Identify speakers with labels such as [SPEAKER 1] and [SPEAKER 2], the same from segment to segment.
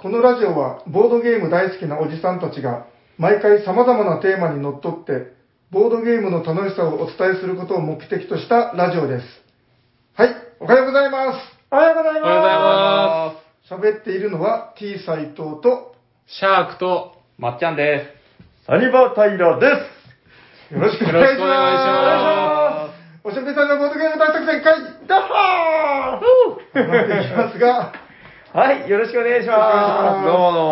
[SPEAKER 1] このラジオはボードゲーム大好きなおじさんたちが毎回様々なテーマにのっとってボードゲームの楽しさをお伝えすることを目的としたラジオです。はい、おはようございます。おはようござい
[SPEAKER 2] おはようございま
[SPEAKER 1] 喋っているのは T 斎藤と
[SPEAKER 2] す。シャークと、
[SPEAKER 3] まっちゃんで
[SPEAKER 4] サニバタイラです。
[SPEAKER 1] よろしくお願いします。
[SPEAKER 2] よろしくお願
[SPEAKER 1] いします。おしゃべりさんのボードゲーム大作戦会、ダッハーなっていきますが、
[SPEAKER 4] はい、よろしくお願いします。どうもどう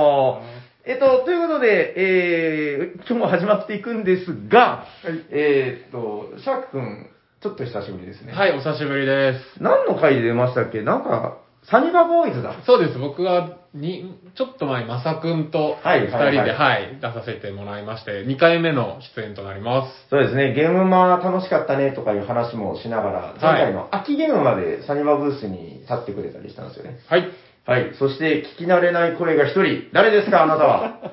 [SPEAKER 4] も。えっと、ということで、えー、今日も始まっていくんですが、
[SPEAKER 1] はい
[SPEAKER 4] えーっと、シャークくん、ちょっと久しぶりですね。
[SPEAKER 2] はい、お久しぶりです。
[SPEAKER 4] 何の回で出ましたっけなんか、サニバボーイズだ。
[SPEAKER 2] そうです、僕は、に、ちょっと前、まさくんと、
[SPEAKER 4] はい
[SPEAKER 2] 二人
[SPEAKER 4] はい
[SPEAKER 2] で、は
[SPEAKER 4] はいい
[SPEAKER 2] 出させてもらいまして、2回目の出演となります。
[SPEAKER 4] そうですね、ゲームマ楽しかったねとかいう話もしながら、前回の秋ゲームまでサニバブースに立ってくれたりしたんですよね。
[SPEAKER 2] はい。
[SPEAKER 4] はい、そして聞き慣れない声が一人、誰ですか、あなたは。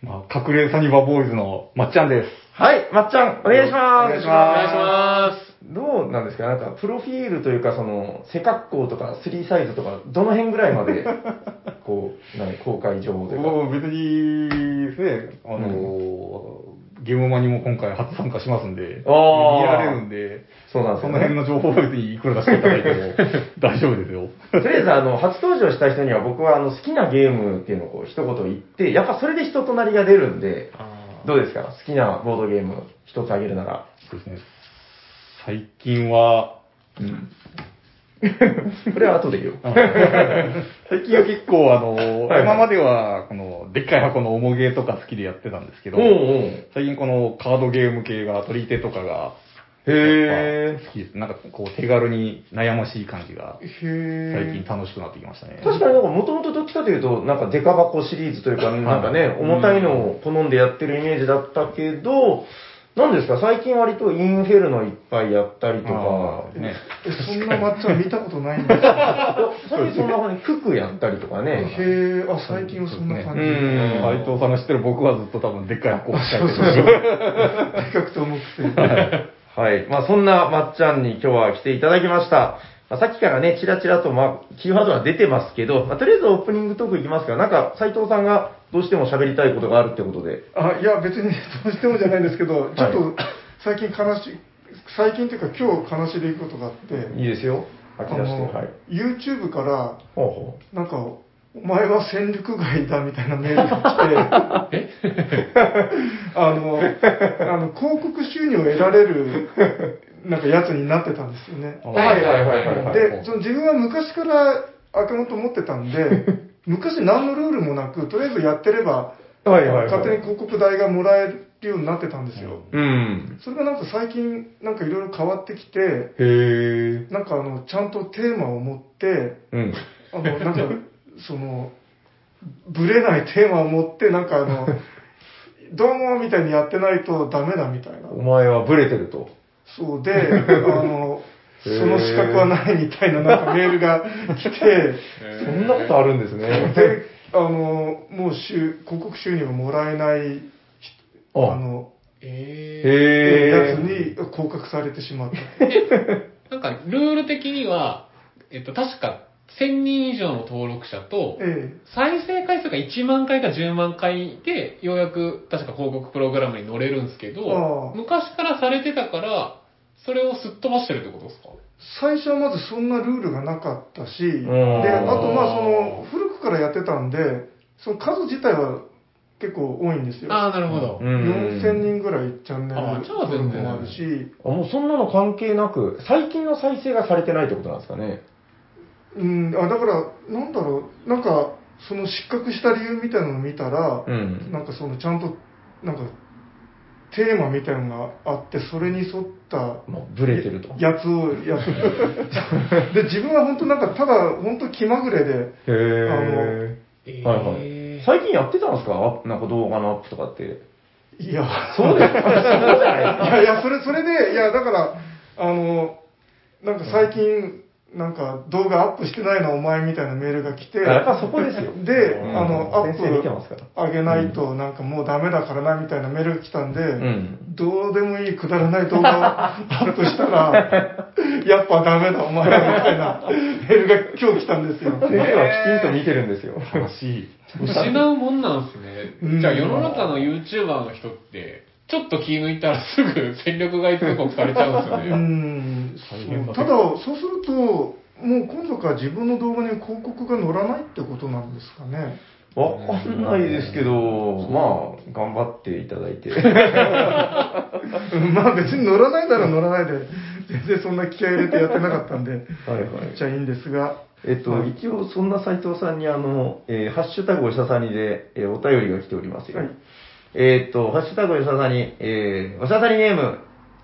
[SPEAKER 3] す。まあ、隠れサニバボーイズのまっちゃんです。
[SPEAKER 4] はい、まっちゃん、お願いします。
[SPEAKER 1] お願いします
[SPEAKER 2] お願いします。
[SPEAKER 4] どうなんですかなんか、プロフィールというか、その、背格好とか、スリーサイズとか、どの辺ぐらいまで、こう、何、公開情報というか。
[SPEAKER 3] お別にですね、あの、ゲームマにも今回初参加しますんで、見
[SPEAKER 4] あー
[SPEAKER 3] られるんで、
[SPEAKER 4] そうなんです
[SPEAKER 3] そ
[SPEAKER 4] よ、
[SPEAKER 3] の
[SPEAKER 4] ね。
[SPEAKER 3] 辺の情報は別にいくら出していただいて も大丈夫ですよ。
[SPEAKER 4] とりあえず、あの、初登場した人には、僕は、あの、好きなゲームっていうのをこう、一言言って、やっぱそれで人となりが出るんで、どうですか好きなボードゲーム、一つあげるなら。
[SPEAKER 3] そうですね。最近は、
[SPEAKER 4] うん。これは後で言おう。
[SPEAKER 3] 最近は結構あの、
[SPEAKER 4] はいはい
[SPEAKER 3] 今までは、この、でっかい箱の重ゲーとか好きでやってたんですけ ど、
[SPEAKER 4] おうおう
[SPEAKER 3] 最近このカードゲーム系が、取り手とかが、
[SPEAKER 4] へ
[SPEAKER 3] 好きです。なんかこう手軽に悩ましい感じが
[SPEAKER 1] へ
[SPEAKER 3] 最近
[SPEAKER 1] ー。
[SPEAKER 3] 楽しくなってきましたね。
[SPEAKER 4] 確かになんかもともとどっちかというと、なんかデカ箱シリーズというか、なんかね、重たいのを好んでやってるイメージだったけど、なんですか、最近割とインフェルノいっぱいやったりとか
[SPEAKER 3] あ、ーね。
[SPEAKER 1] えそんな抹茶見たことないんですか
[SPEAKER 4] 最近そんな感じ、ククやったりとか
[SPEAKER 1] へ
[SPEAKER 4] ね。
[SPEAKER 1] ー、あ、最近はそんな感じ。
[SPEAKER 4] うん
[SPEAKER 3] 斉藤さんが知ってる僕はずっと多分でっかい箱を使って
[SPEAKER 1] でかくて重くて。
[SPEAKER 4] はい。まあそんなまっちゃんに今日は来ていただきました。まあ、さっきからね、ちらちらとまあキーワードは出てますけど、まあ、とりあえずオープニングトークいきますか。なんか斉藤さんがどうしても喋りたいことがあるってことで。
[SPEAKER 1] あ、いや、別にどうしてもじゃないんですけど、ちょっ
[SPEAKER 4] は
[SPEAKER 1] と最近悲しい、最近というか今日悲しい出来事があって、
[SPEAKER 4] いいですよ。吐き出して。
[SPEAKER 1] あの
[SPEAKER 4] はい。
[SPEAKER 1] YouTube から、
[SPEAKER 4] ほうほう。
[SPEAKER 1] なんか、お前は戦力外だみたいなメールが来 て、 あの、あの広告収入を得られる、なんかやつになってたんですよね。
[SPEAKER 2] はいはいはいはい
[SPEAKER 3] はい
[SPEAKER 1] で、その自分は昔からアカウント持ってたんで、昔何のルールもなく、とりあえずやってれば、
[SPEAKER 4] はいはいはい。
[SPEAKER 1] 勝手に広告代がもらえるようになってたんですよ。
[SPEAKER 4] うん。
[SPEAKER 1] それがなんか最近、なんかいろいろ変わってきて、
[SPEAKER 4] へえ。
[SPEAKER 1] なんかあの、ちゃんとテーマを持って、
[SPEAKER 4] うん。
[SPEAKER 1] あの、 なんか、その、ぶれないテーマを持って、なんかあ の、どうもみたいにやってないとダメだみたいな。
[SPEAKER 4] お前はブレてると。
[SPEAKER 1] そう で、あの、その資格はないみたいななんかメールが来て、
[SPEAKER 4] そんなことあるんです ね。
[SPEAKER 1] で、あの、もう収広告収入がもらえない、
[SPEAKER 4] あ
[SPEAKER 1] あの、
[SPEAKER 4] へ
[SPEAKER 2] え
[SPEAKER 1] やつ
[SPEAKER 4] え。
[SPEAKER 1] に降格されてしまった。
[SPEAKER 2] ー、なんか、ルール的には、えっと、確か、1000人以上の登録者と、
[SPEAKER 1] ええ。
[SPEAKER 2] 再生回数が1万回か10万回で、ようやく確か広告プログラムに乗れるんですけ
[SPEAKER 1] あ
[SPEAKER 2] ど
[SPEAKER 1] あ、
[SPEAKER 2] 昔からされてたから、それをすっ飛ばしてるってことですか
[SPEAKER 1] 最初はまずそんなルールがなかったし、で、あと
[SPEAKER 4] ん
[SPEAKER 1] まあその、古くからやってたんで、その数自体は結構多いんですよ。
[SPEAKER 2] ああ、なるほど。
[SPEAKER 4] うん
[SPEAKER 1] 4000人ぐらいチャンネル
[SPEAKER 2] あじゃあ全然
[SPEAKER 1] 登録もあるし、
[SPEAKER 4] あもうそんなの関係なく、最近の再生がされてないってことなんですかね。
[SPEAKER 1] うん、あだから、なんだろう、なんか、その失格した理由みたいなのを見たら、
[SPEAKER 4] うん
[SPEAKER 1] なんかそのちゃんと、なんか、テーマみたいなのがあって、それに沿った
[SPEAKER 4] まあ、ブレてると。へ
[SPEAKER 1] やつをやってる で、自分は本当なんか、ただ、本当気まぐれで、
[SPEAKER 4] え。
[SPEAKER 2] え
[SPEAKER 4] はいはい。最近やってたんですかなんか動画のアップとかって。
[SPEAKER 1] いや、
[SPEAKER 4] そうですかそうじゃない
[SPEAKER 1] いやいや、それ、それで、いや、だから、あの、なんか最近、なんか動画アップしてないのお前みたいなメールが来て、
[SPEAKER 4] やっぱそこですよ。
[SPEAKER 1] で、
[SPEAKER 4] うん
[SPEAKER 1] あの、アッ
[SPEAKER 4] 先
[SPEAKER 1] プ
[SPEAKER 4] 生見てますから。
[SPEAKER 1] 上げないとなんかもうダメだからなみたいなメールが来たんで、
[SPEAKER 4] ん
[SPEAKER 1] どうでもいいくだらない動画を アップしたら、やっぱダメだお前らみたいな メールが今日来たんですよ。
[SPEAKER 4] 先生はきちんと見てるん ですよ。悲しい。
[SPEAKER 2] 失うもんなんす
[SPEAKER 1] うん
[SPEAKER 2] ね。じゃあ世の中の YouTuber の人って、ちょっと気抜いたらすぐ戦力外通告されちゃうんです
[SPEAKER 1] う
[SPEAKER 2] よね。
[SPEAKER 1] ん
[SPEAKER 2] 大変だね
[SPEAKER 1] ただ、そうすると、もう今度から自分の動画に広告が載らないってことなんですかね。
[SPEAKER 4] わかんないですけど、まあ、頑張っていただいて。
[SPEAKER 1] うん まあ別に乗らないなら乗らないで、全然そんな気合い入れてやってなかったんで、め
[SPEAKER 4] はいはい。
[SPEAKER 1] っちゃいいんですが、
[SPEAKER 4] えっと、
[SPEAKER 1] はい
[SPEAKER 4] 一応そんな斉藤さんにあの、えーハッシュタグお医者さんにで、えーお便りが来ておりますよ。
[SPEAKER 1] はい
[SPEAKER 4] えーっと、ハッシュタグお医者さんに、えー、お医者さんにネーム、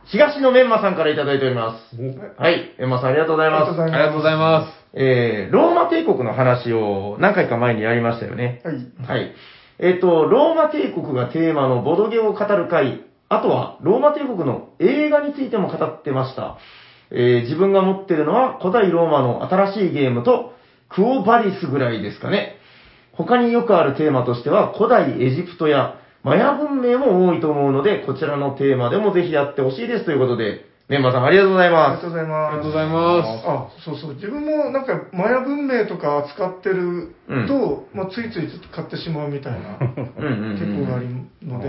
[SPEAKER 4] 東のメンマさんからいただいております。はい、メンマさんありがとうございます。
[SPEAKER 2] ありがとうございま
[SPEAKER 4] えー、ローマ帝国の話を何回か前にやりましたよね。
[SPEAKER 1] はい。
[SPEAKER 4] はい。えっ、と、ローマ帝国がテーマのボドゲを語る会、あとは、ローマ帝国の映画についても語ってました。えー自分が持ってるのは古代ローマの新しいゲームと、クオバリスぐらいですかね。他によくあるテーマとしては、古代エジプトやマヤ文明も多いと思うので、こちらのテーマでもぜひやってほしいですということで、メンバーさんありがとうござい
[SPEAKER 1] あり
[SPEAKER 4] ま
[SPEAKER 1] が
[SPEAKER 4] す
[SPEAKER 1] と。うござい
[SPEAKER 2] す。
[SPEAKER 1] ま
[SPEAKER 2] ありがとう
[SPEAKER 1] す
[SPEAKER 2] ご。ざいます。
[SPEAKER 1] あ、そうそう。自分もなんか、マヤ文明とか扱ってると、まあ、ついついちょっと買ってしまうみたいな結
[SPEAKER 4] うんうんうん
[SPEAKER 1] 構あるので、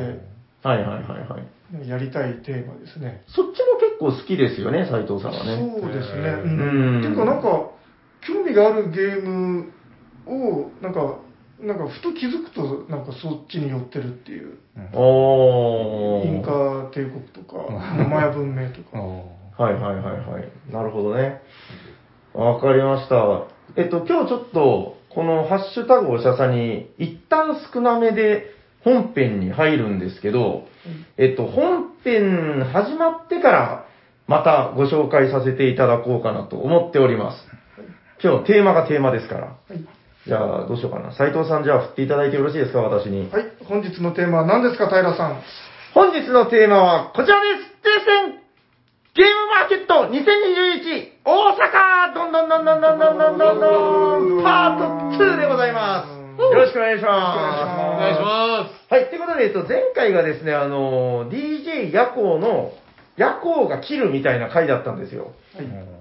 [SPEAKER 4] はいはいはいはい。
[SPEAKER 1] やりたいテーマですね。
[SPEAKER 4] そっちも結構好きですよね、斉藤さんはね。
[SPEAKER 1] そうですね。
[SPEAKER 2] へー
[SPEAKER 1] う。
[SPEAKER 4] うんん
[SPEAKER 1] ていうか、なんか、興味があるゲームを、なんか、なんか、ふと気づくと、なんか、そっちに寄ってるっていう。
[SPEAKER 4] おー。
[SPEAKER 1] インカ帝国とか、マヤ文明とか。
[SPEAKER 4] はいはいはいはい。なるほどね。わかりました。えっと、今日ちょっと、このハッシュタグおしゃさに、一旦少なめで本編に入るんですけど、えっと、本編始まってから、またご紹介させていただこうかなと思っております。今日テーマがテーマですから。
[SPEAKER 1] はい
[SPEAKER 4] じゃあ、どうしようかな。斉藤さん、じゃあ振っていただいてよろしいですか、私に。
[SPEAKER 1] はい、本日のテーマは何ですか、平さ ん。
[SPEAKER 4] 本日のテーマはこちらです停戦ゲームマーケット2021大阪どんどんどんどんどんどんどんどんどんパート2でございますよろしくお願いし
[SPEAKER 2] お
[SPEAKER 4] ま
[SPEAKER 2] 願いし
[SPEAKER 4] す
[SPEAKER 2] ます。
[SPEAKER 4] はい、ということで、えっと、前回がですね、あの、DJ 夜行の、夜行が切るみたいな回だったんですよ。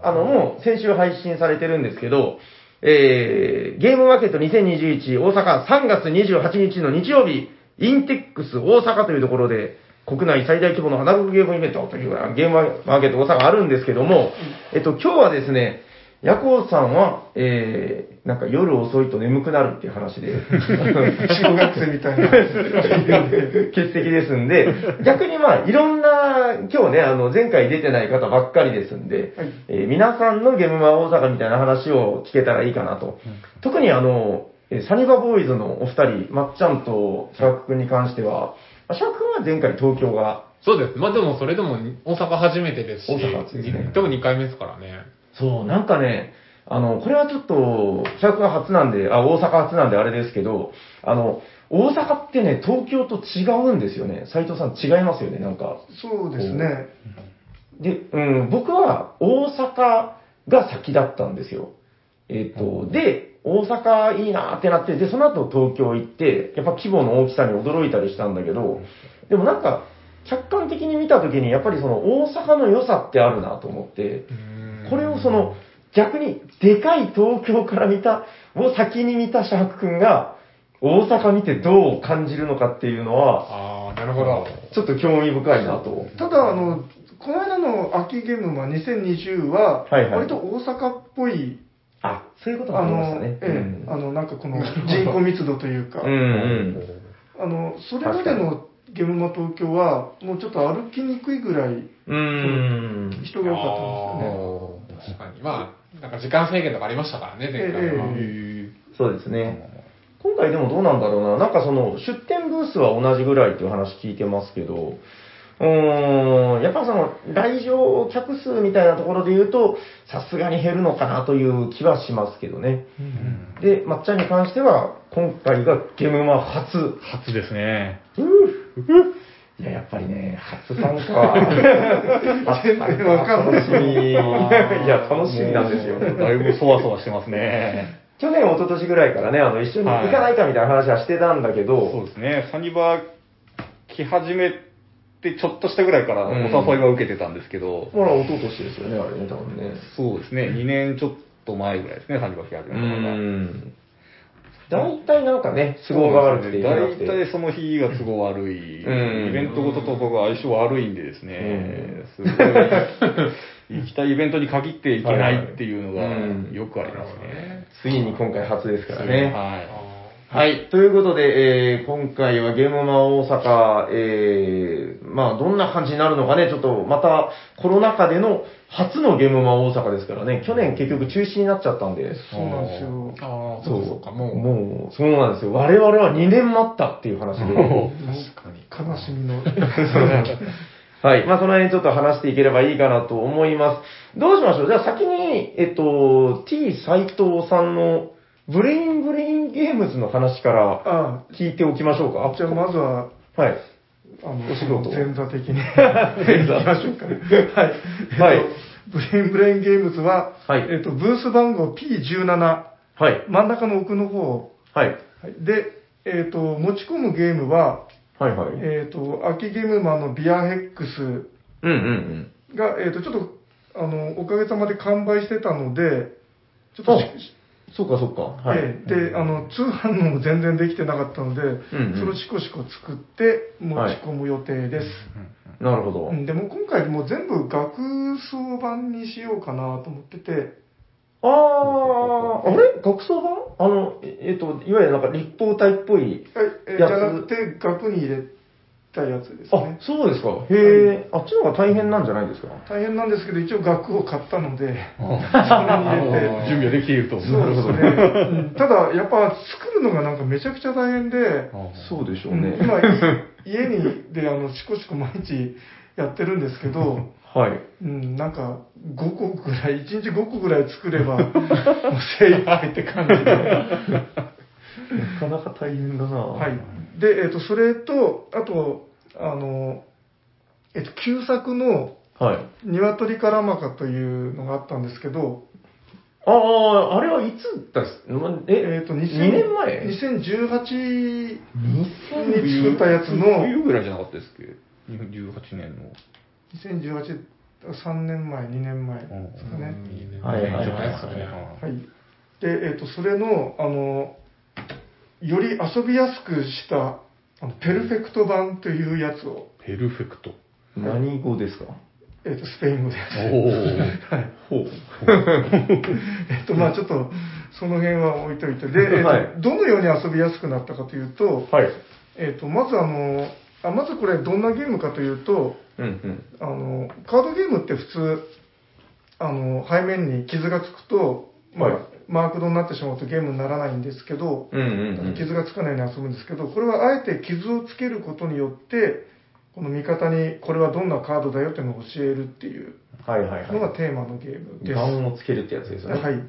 [SPEAKER 4] あの、もう先週配信されてるんですけど、えー、ゲームマーケット2021大阪3月28日の日曜日、インテックス大阪というところで、国内最大規模のアナログゲームイベントというゲームマーケット大阪あるんですけども、えっと、今日はですね、ヤコウさんは、えー、なんか夜遅いと眠くなるっていう話で、
[SPEAKER 1] 小学生みたいな。
[SPEAKER 4] 欠席ですんで、逆にまあ、いろんな、今日ね、あの、前回出てない方ばっかりですんで、
[SPEAKER 1] はい
[SPEAKER 4] えー皆さんのゲームマ大阪みたいな話を聞けたらいいかなと。特にあの、えーサニバボーイズのお二人、まっちゃんとシャーク君に関しては、まあシャーク君は前回東京が、
[SPEAKER 2] そうです。まあでもそれでも大阪初めてですし、
[SPEAKER 4] 大阪初ですね
[SPEAKER 2] にでも2回目ですからね。
[SPEAKER 4] そう、なんかね、あの、これはちょっと、シャーク君は初なんで、あ、大阪初なんであれですけど、あの、大阪ってね、東京と違うんですよね。斉藤さん違いますよね、なんか。
[SPEAKER 1] そうですね。
[SPEAKER 4] で、うん、僕は大阪が先だったんですよ。えっ、と、で、大阪いいなーってなって、で、その後東京行って、やっぱ規模の大きさに驚いたりしたんだけど、でもなんか、客観的に見たときに、やっぱりその大阪の良さってあるなと思って、これをその、逆に、でかい東京から見た、を先に見たシャーク君が、大阪見てどう感じるのかっていうのは、
[SPEAKER 2] ああ、なるほど。
[SPEAKER 4] ちょっと興味深いなと。
[SPEAKER 1] ただ、あの、この間の秋ゲームは2020は、
[SPEAKER 4] はいはい
[SPEAKER 1] 割と大阪っぽい、
[SPEAKER 4] あ、そういうことが
[SPEAKER 1] あ
[SPEAKER 4] ありました
[SPEAKER 1] の、
[SPEAKER 4] ね
[SPEAKER 1] え。
[SPEAKER 4] うん
[SPEAKER 1] え、あの、なんかこの人口密度という か、
[SPEAKER 4] うん
[SPEAKER 1] あの、それまでのゲームマ東京は、もうちょっと歩きにくいぐらい
[SPEAKER 4] うん。うん。
[SPEAKER 1] 人が多かったんですよね。
[SPEAKER 2] あー確かに。まあ、なんか時間制限とかありましたからね、前回は。
[SPEAKER 1] えええ
[SPEAKER 4] そうですね。今回でもどうなんだろうな。なんかその、出店ブースは同じぐらいっていう話聞いてますけど、うーん、やっぱその、来場客数みたいなところで言うと、さすがに減るのかなという気はしますけどね。で、抹茶に関しては、今回がゲームマ初。
[SPEAKER 3] 初ですね。
[SPEAKER 4] うういや、やっぱりね、初参加は、 全然わかんない。楽し み。いや、楽しみなんですよ。
[SPEAKER 3] もうだいぶそわそわしてますね。
[SPEAKER 4] 去年、一昨年ぐらいからね、あの、一緒に行かないかみたいな話はしてたんだけど、
[SPEAKER 3] そうですね、サニバ来始めてちょっとしたぐらいからお誘いは受けてたんですけど、
[SPEAKER 4] ほら、一昨年ですよね、あれね、多分ね。
[SPEAKER 3] そうですね、2年ちょっと前ぐらいですね、サニバ来始め
[SPEAKER 4] う
[SPEAKER 3] たのが。
[SPEAKER 4] ん。大体なんかね、都合が悪くて行けな
[SPEAKER 3] 大
[SPEAKER 4] くて。
[SPEAKER 3] 体その日が都合悪い、
[SPEAKER 4] うん
[SPEAKER 3] イベントごとと僕は相性悪いんでですね、すごい、行きたいイベントに限って行けないっていうのが
[SPEAKER 4] うん
[SPEAKER 3] よくありますね。
[SPEAKER 4] ついに今回初ですからね。
[SPEAKER 3] は
[SPEAKER 4] はい。ということで、えー今回はゲームマ大阪、えーまあどんな感じになるのかね、ちょっとまたコロナ禍での初のゲームマ大阪ですからね、去年結局中止になっちゃったんで、
[SPEAKER 1] そうなんですよ。
[SPEAKER 2] ああ、そうかそうか、もう。
[SPEAKER 4] もう、そうなんですよ。我々は2年待ったっていう話で。
[SPEAKER 2] 確かに。
[SPEAKER 1] 悲しみの。
[SPEAKER 4] はい。まあ、その辺ちょっと話していければいいかなと思います。どうしましょうじゃあ先に、えっと、T 斎藤さんのブレインブレインゲームズの話から
[SPEAKER 1] あ
[SPEAKER 4] 聞いておきましょう
[SPEAKER 1] あ、
[SPEAKER 4] か。
[SPEAKER 1] じゃあまずは、
[SPEAKER 4] はい。
[SPEAKER 1] あの、
[SPEAKER 4] お仕事
[SPEAKER 1] 前座的に。
[SPEAKER 4] 前座
[SPEAKER 1] 行きましょうか。
[SPEAKER 4] は
[SPEAKER 1] はいい。えっと ブレインブレインゲームズは、
[SPEAKER 4] はい
[SPEAKER 1] えっと、ブース番号 P17、
[SPEAKER 4] はい。
[SPEAKER 1] 真ん中の奥の方。
[SPEAKER 4] はい。
[SPEAKER 1] はいで、えっと、持ち込むゲームは、
[SPEAKER 4] はいはい。
[SPEAKER 1] えっと、秋ゲームマンのビアヘックス
[SPEAKER 4] うんうん
[SPEAKER 1] が、えっと、ちょっと、あの、おかげさまで完売してたので、ちょっとし
[SPEAKER 4] あうん。そうかそうか。はい。
[SPEAKER 1] ええで、あの、通販のも全然できてなかったので、
[SPEAKER 4] んうん
[SPEAKER 1] それをしこしこ作って持ち込む予定です。
[SPEAKER 4] なるほど。
[SPEAKER 1] うんでも今回もう全部学装版にしようかなと思ってて、
[SPEAKER 4] あー、あれ学装版あの、ええっと、いわゆるなんか立方体っぽい。
[SPEAKER 1] はいえーじ
[SPEAKER 4] やつ
[SPEAKER 1] ゃなくて学に入れたやつです
[SPEAKER 4] あ
[SPEAKER 1] ね、。
[SPEAKER 4] そうですか。へえ、あっちの方が大変なんじゃないですか。
[SPEAKER 1] 大変なんですけど、一応学を買ったので、そ
[SPEAKER 3] い
[SPEAKER 1] れに 入れて。
[SPEAKER 3] 準備はできていると思
[SPEAKER 1] そうですね。うんただ、やっぱ作るのがなんかめちゃくちゃ大変で、
[SPEAKER 4] そうでしょう
[SPEAKER 1] うん
[SPEAKER 4] ね。
[SPEAKER 1] 今、い家にで、あの、しこしこ毎日やってるんですけど、
[SPEAKER 4] はい。
[SPEAKER 1] うん、なんか、5個ぐらい、1日5個ぐらい作 れば、もう精一杯って感じで。
[SPEAKER 4] なかなか大変だな
[SPEAKER 1] はい。で、えっ、と、それと、あと、あの、えっ、と、旧作の、
[SPEAKER 4] はい。
[SPEAKER 1] 鶏からまかというのがあったんですけど、
[SPEAKER 4] ああ、あれはいつだっすまえ
[SPEAKER 1] えっ、と、
[SPEAKER 4] 2
[SPEAKER 1] 2000
[SPEAKER 4] 年前
[SPEAKER 1] ?2018
[SPEAKER 4] 2000
[SPEAKER 1] に作ったやつの、
[SPEAKER 3] 冬ぐらいじゃなかったですっけど、18年の。
[SPEAKER 1] 2018、3年前、2年前ですかね。
[SPEAKER 4] はいはいはい
[SPEAKER 2] それは
[SPEAKER 1] はい。で、えっ、と、それの、あの、より遊びやすくした、あのペルフェクト版というやつを、
[SPEAKER 3] ペルフェクト。
[SPEAKER 4] 何語ですか
[SPEAKER 1] えっ、と、スペイン語です。はい。
[SPEAKER 4] ほう。
[SPEAKER 1] えっと、まあちょっと、その辺は置いといて。で、えっと
[SPEAKER 4] はい
[SPEAKER 1] どのように遊びやすくなったかというと、
[SPEAKER 4] はい。
[SPEAKER 1] えっと、まずあの、あまずこれどんなゲームかというと、
[SPEAKER 4] うんうん。
[SPEAKER 1] あの、カードゲームって普通、あの、背面に傷がつくと、まあ、
[SPEAKER 4] はい
[SPEAKER 1] マークドになってしまうとゲームにならないんですけど、
[SPEAKER 4] うんうんうん。
[SPEAKER 1] 傷がつかないように遊ぶんですけど、これはあえて傷をつけることによって、この味方にこれはどんなカードだよっていうのを教えるっていう
[SPEAKER 4] はいはい
[SPEAKER 1] のが
[SPEAKER 4] は
[SPEAKER 1] テーマのゲーム
[SPEAKER 4] い。
[SPEAKER 1] です。
[SPEAKER 4] 眼をつけるってやつですよね。
[SPEAKER 1] はい
[SPEAKER 4] はい。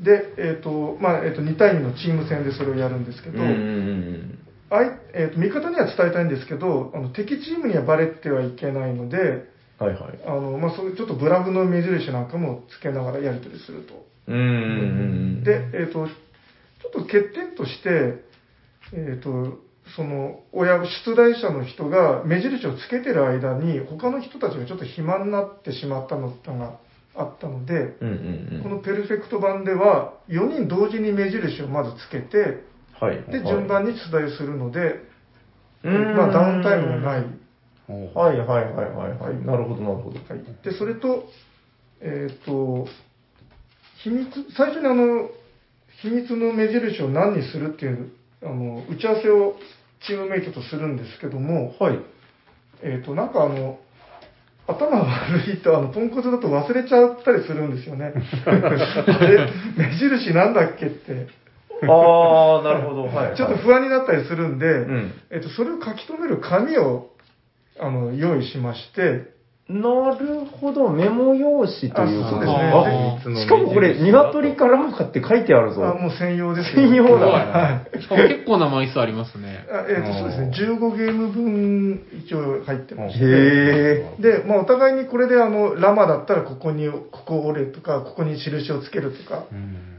[SPEAKER 1] で、えっ、と、まあ、えっ、と、2対2のチーム戦でそれをやるんですけ
[SPEAKER 4] うん
[SPEAKER 1] ど、
[SPEAKER 4] うんうん
[SPEAKER 1] あいえーと味方には伝えたいんですけど、あの敵チームにはバレてはいけないので、
[SPEAKER 4] うん。はいはい。
[SPEAKER 1] あの、まあ、そういうちょっとブラフの目印なんかもつけながらやり取りすると。
[SPEAKER 4] うんうんうん。
[SPEAKER 1] で、えっ、と、ちょっと欠点として、えっ、と、その、親、出題者の人が目印をつけてる間に、他の人たちがちょっと暇になってしまったのがあったので、
[SPEAKER 4] うんうんうん。
[SPEAKER 1] このペルフェクト版では、4人同時に目印をまずつけて、
[SPEAKER 4] はい。
[SPEAKER 1] で、順番
[SPEAKER 4] に、
[SPEAKER 1] に出題するので、
[SPEAKER 4] うん
[SPEAKER 1] まあ、ダウンタイムがない。は
[SPEAKER 4] はいはいはいはいはい。なるほどなるほど。
[SPEAKER 1] い、で、それと、えっ、と、秘密、最初にあの、秘密の目印を何にするっていう、あの、打ち合わせをチームメイトとするんですけども、
[SPEAKER 4] はい。
[SPEAKER 1] えっ、と、なんかあの、頭悪いと、あの、ポンコツだと忘れちゃったりするんですよ ね。あれ、目印なんだっけって。
[SPEAKER 4] ああ、なるほど。は い。
[SPEAKER 1] ちょっと不安になったりするんで、
[SPEAKER 4] ん
[SPEAKER 1] えっと、それを書き留める紙をあの用意しまして、
[SPEAKER 4] う
[SPEAKER 5] なるほど、メモ用紙というこ
[SPEAKER 1] あそ
[SPEAKER 5] と
[SPEAKER 1] うです
[SPEAKER 5] あ
[SPEAKER 1] ね
[SPEAKER 5] しかもこれ、鶏かラムかって書いてあるぞ。
[SPEAKER 1] あ、もう専用ですよ。
[SPEAKER 5] 専用
[SPEAKER 2] すごい
[SPEAKER 5] だ。
[SPEAKER 2] な。しかも結構な枚数ありますね。
[SPEAKER 1] あえっ、と、そうですね。15ゲーム分一応入ってまし
[SPEAKER 5] へ
[SPEAKER 1] て。
[SPEAKER 5] え。
[SPEAKER 1] で、まあ、お互いにこれで、あの、ラマだったら、ここに、ここ折れとか、ここに印をつけるとか、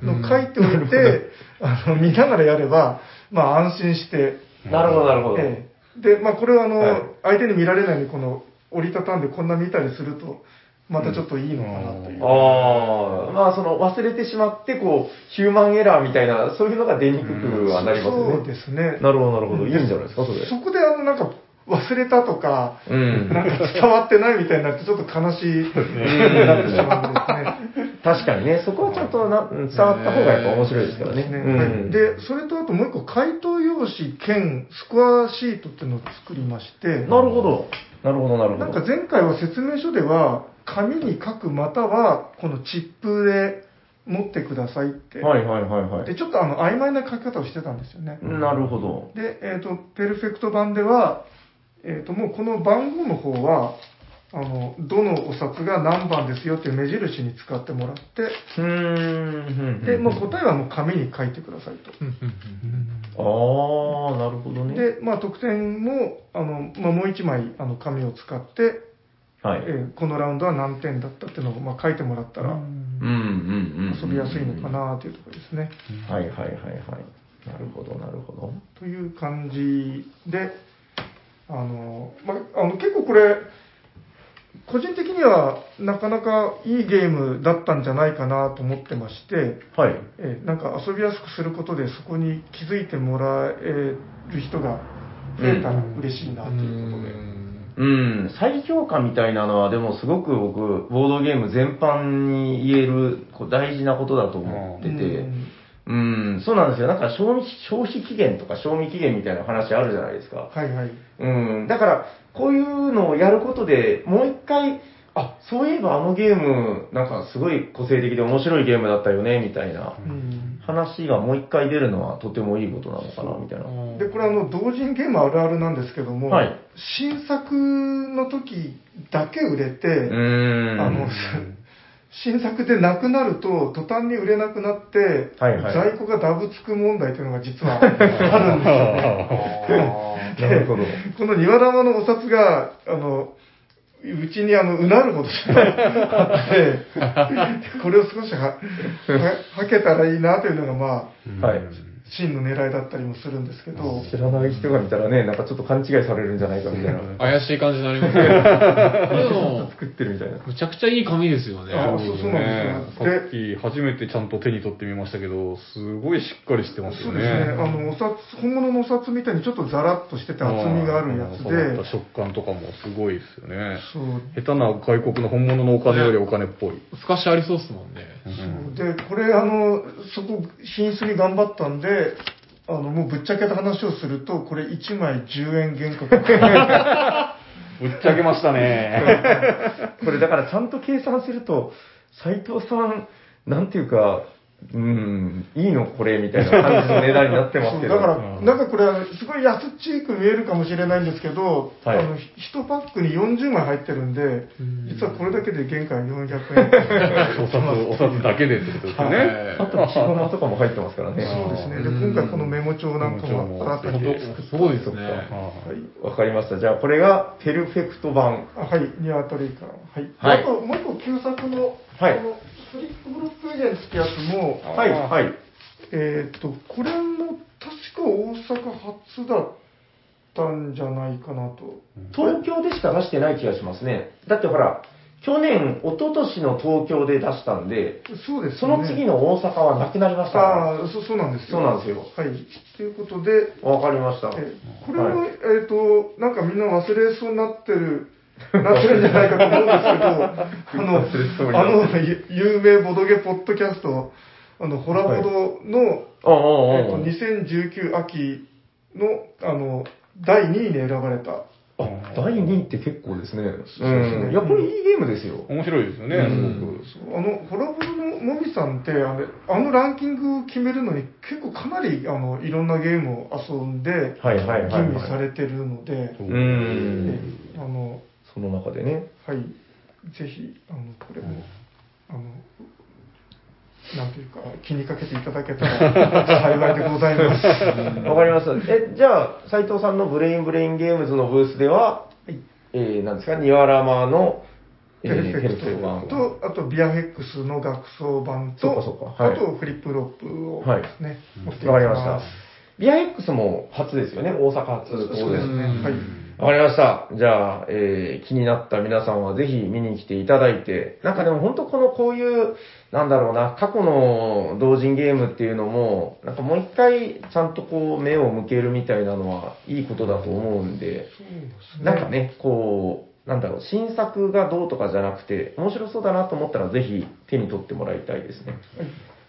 [SPEAKER 1] の書いておいて、あの、見ながらやれば、まあ、安心して、
[SPEAKER 4] なるほど、なるほど。
[SPEAKER 1] ええで、まあ、これは、あの、
[SPEAKER 4] はい
[SPEAKER 1] 相手に見られないように、この、折りたたんでこんな見たりすると、またちょっといいのかなという。
[SPEAKER 4] ああ、まあその忘れてしまって、こう、ヒューマンエラーみたいな、そういうのが出にくくはなります
[SPEAKER 1] そう
[SPEAKER 4] よ
[SPEAKER 1] で
[SPEAKER 4] ね。
[SPEAKER 1] すね。
[SPEAKER 4] なるほど、なるほど。いいんじゃないですか、それ。
[SPEAKER 1] そこで、あの、なんか、忘れたとか、
[SPEAKER 4] うん。
[SPEAKER 1] なんか伝わってないみたいになって、ちょっと悲しい、なってしまうんですね。
[SPEAKER 4] 確かにね、そこはちゃんとなうん伝わった方がやっぱ面白いですからね。
[SPEAKER 1] ね
[SPEAKER 4] うん
[SPEAKER 1] で、それとあともう一個、回答用紙兼スコアシートっていうのを作りまして、
[SPEAKER 4] なるほど。なるほど、なるほ
[SPEAKER 1] な
[SPEAKER 4] ど。
[SPEAKER 1] んか前回は説明書では、紙に書くまたは、このチップで持ってくださいって、
[SPEAKER 4] はいはいはいはい。
[SPEAKER 1] でちょっとあの曖昧な書き方をしてたんですよね。
[SPEAKER 4] なるほど。
[SPEAKER 1] で、えっ、と、ペルフェクト版では、えっ、と、もうこの番号の方は、あの、どのお札が何番ですよっていう目印に使ってもらって、
[SPEAKER 4] うーん。
[SPEAKER 1] で、もう答えはもう紙に書いてくださいと。
[SPEAKER 4] ああ、なるほどね。
[SPEAKER 1] で、まあ、得点も、あの、まあ、もう一枚、あの、紙を使って、
[SPEAKER 4] はい。
[SPEAKER 1] えーこのラウンドは何点だったっていうのを、まあ、書いてもらったら、
[SPEAKER 4] うんうんうん。
[SPEAKER 1] 遊びやすいのか。なというところですね。
[SPEAKER 4] はいはいはいはい。なるほど、なるほど。
[SPEAKER 1] という感じで、あの、まあ、あの、結構これ、個人的にはなかなかいいゲームだったんじゃないかなと思ってまして、
[SPEAKER 4] はい。
[SPEAKER 1] えーなんか遊びやすくすることでそこに気づいてもらえる人が増えたら嬉しいなということで。
[SPEAKER 4] うん、再評価みたいなのは、でもすごく僕、ボードゲーム全般に言えるこう大事なことだと思ってて、うん、そうなんですよ。なんか消費消費期限とか賞味期限みたいな話あるじゃないですか。
[SPEAKER 1] はいはい。
[SPEAKER 4] うん、だから、こういうのをやることでもう一回、あ、そういえばあのゲーム、なんかすごい個性的で面白いゲームだったよね、みたいな
[SPEAKER 1] うん
[SPEAKER 4] 話がもう一回出るのはとてもいいことなのかな、みたいな。
[SPEAKER 1] でこれあの同人ゲームあるあるなんですけども、
[SPEAKER 4] はい
[SPEAKER 1] 新作の時だけ売れて、
[SPEAKER 4] うん。
[SPEAKER 1] あの 新作でなくなると途端に売れなくなって、
[SPEAKER 4] はいはい
[SPEAKER 1] 在庫がダブつく問題というのが実はあるんですよね。で この庭玉のお札が、あの、うちにあの、うなることがあって、 これを少しは、は、はけたらいいなというのが、まあ、
[SPEAKER 4] はい。
[SPEAKER 1] 真の狙いだったりもするんですけど、
[SPEAKER 4] 知らない人が見たらね、なんかちょっと勘違いされるんじゃないかみたいな。
[SPEAKER 2] 怪しい感じになりますけど。でも、
[SPEAKER 4] 作ってるみたいな。
[SPEAKER 2] むちゃくちゃいい紙ですよね。
[SPEAKER 1] あそうそうなんです
[SPEAKER 3] さ
[SPEAKER 1] よで
[SPEAKER 3] っき初めてちゃんと手に取ってみましたけど、すごいしっかりしてます
[SPEAKER 1] そ
[SPEAKER 3] よ
[SPEAKER 1] う
[SPEAKER 3] ね。
[SPEAKER 1] ですね、あの、お札、本物のお札みたいにちょっとザラッとしてて厚みがあるやつ
[SPEAKER 3] うん触った
[SPEAKER 1] で、
[SPEAKER 3] 食感とかもすごいですよね。
[SPEAKER 1] そう、
[SPEAKER 3] 下手な外国の本物のお金よりお金っぽい。
[SPEAKER 2] 透かしありそうっすもんね。
[SPEAKER 3] うん
[SPEAKER 1] で、これ、あの、そこ、品質に頑張ったんで、あの、もうぶっちゃけた話をすると、これ1枚10円原価が
[SPEAKER 3] ぶっちゃけましたね。
[SPEAKER 4] これだからちゃんと計算すると、斎藤さん、なんていうか、うん、いいのこれみたいな感じの値段になってま
[SPEAKER 1] そ
[SPEAKER 4] す
[SPEAKER 1] う
[SPEAKER 4] け
[SPEAKER 1] だ
[SPEAKER 4] ど。
[SPEAKER 1] から、なんかこれ、あのすごい安っちく見えるかもしれないんですけど、
[SPEAKER 4] はい
[SPEAKER 1] あの、ひ1パックに40枚入ってるんで、実はこれだけで原価400円。
[SPEAKER 3] お札、お札だけでってことですよね。
[SPEAKER 4] あと、はゴマとかも入ってますからね。
[SPEAKER 1] そうですね。で、
[SPEAKER 2] うん
[SPEAKER 1] 今回このメモ帳なんか
[SPEAKER 3] メモ
[SPEAKER 1] も
[SPEAKER 3] 帳も
[SPEAKER 1] 新たに作って
[SPEAKER 2] すごいですね。
[SPEAKER 3] はい
[SPEAKER 4] わかりました。じゃあ、これがペルフェクト版。
[SPEAKER 1] あはい、ニワトリから。はい。
[SPEAKER 4] はい
[SPEAKER 1] あと、もう一個旧作の、
[SPEAKER 4] はい
[SPEAKER 1] このフリップブロックエージェンツってやつも、
[SPEAKER 4] はい、はい。
[SPEAKER 1] えっ、と、これも確か大阪発だったんじゃないかなと。
[SPEAKER 4] 東京でしか出してない気がしますね。だってほら、去年、一昨年の東京で出したんで、
[SPEAKER 1] そうですね。
[SPEAKER 4] その次の大阪はなくなりましたから。
[SPEAKER 1] ああ、そそうなんですよ。
[SPEAKER 4] そうなんですよ
[SPEAKER 1] はい。ということで、
[SPEAKER 4] わかりました。
[SPEAKER 1] えこれも、
[SPEAKER 4] はい
[SPEAKER 1] えっ、と、なんかみんな忘れそうになってる、なってるんじゃないかと思うんです けど、あの、あの、ゆ有名ボドゲポッドキャスト、あの、ホラボドの、
[SPEAKER 4] ああ、ああ
[SPEAKER 1] えっと、2019秋の、あの、第2位に選ばれた。
[SPEAKER 4] あ第2位って結構ですね。
[SPEAKER 1] うですね
[SPEAKER 4] うん。いや、これいいゲームですよ。
[SPEAKER 3] 面白いですよね、
[SPEAKER 4] うん
[SPEAKER 3] すごく。
[SPEAKER 1] あの、ホラボドのもみさんって、あのあのランキングを決めるのに結構かなり、あの、いろんなゲームを遊んで、
[SPEAKER 4] はいはいはい、
[SPEAKER 1] 吟味さ
[SPEAKER 4] はい。
[SPEAKER 1] れてるので、
[SPEAKER 4] うん。
[SPEAKER 1] あの、
[SPEAKER 4] その中でね。
[SPEAKER 1] はい。ぜひ、あの、これも、あの、なんていうか、気にかけていただけたら 幸いでございます。
[SPEAKER 4] わかりました。え、じゃあ、斉藤さんのブレインブレインゲームズのブースでは、
[SPEAKER 1] はい
[SPEAKER 4] えー、なんですか、ニワラマの、え
[SPEAKER 1] ペ
[SPEAKER 4] ー、
[SPEAKER 1] ルフェク
[SPEAKER 4] ペルフェ
[SPEAKER 1] ト
[SPEAKER 4] クト版
[SPEAKER 1] と、あとビアフェックスの学装版
[SPEAKER 4] そう
[SPEAKER 1] と、
[SPEAKER 4] かそうかはい
[SPEAKER 1] あとフリップロップを
[SPEAKER 4] はい
[SPEAKER 1] ですね、持っていき
[SPEAKER 4] わかりま
[SPEAKER 1] ま
[SPEAKER 4] し
[SPEAKER 1] す
[SPEAKER 4] た。ビア X も初ですよね、大阪初
[SPEAKER 1] そうですね。
[SPEAKER 2] うん
[SPEAKER 1] はい。
[SPEAKER 4] わかりました。じゃあ、えー気になった皆さんはぜひ見に来ていただいて、なんかでも本当このこういう、なんだろうな、過去の同人ゲームっていうのも、なんかもう一回ちゃんとこう目を向けるみたいなのはいいことだと思うんで、
[SPEAKER 1] そうですね
[SPEAKER 4] なんかね、こう、なんだろう、新作がどうとかじゃなくて、面白そうだなと思ったらぜひ手に取ってもらいたいですね。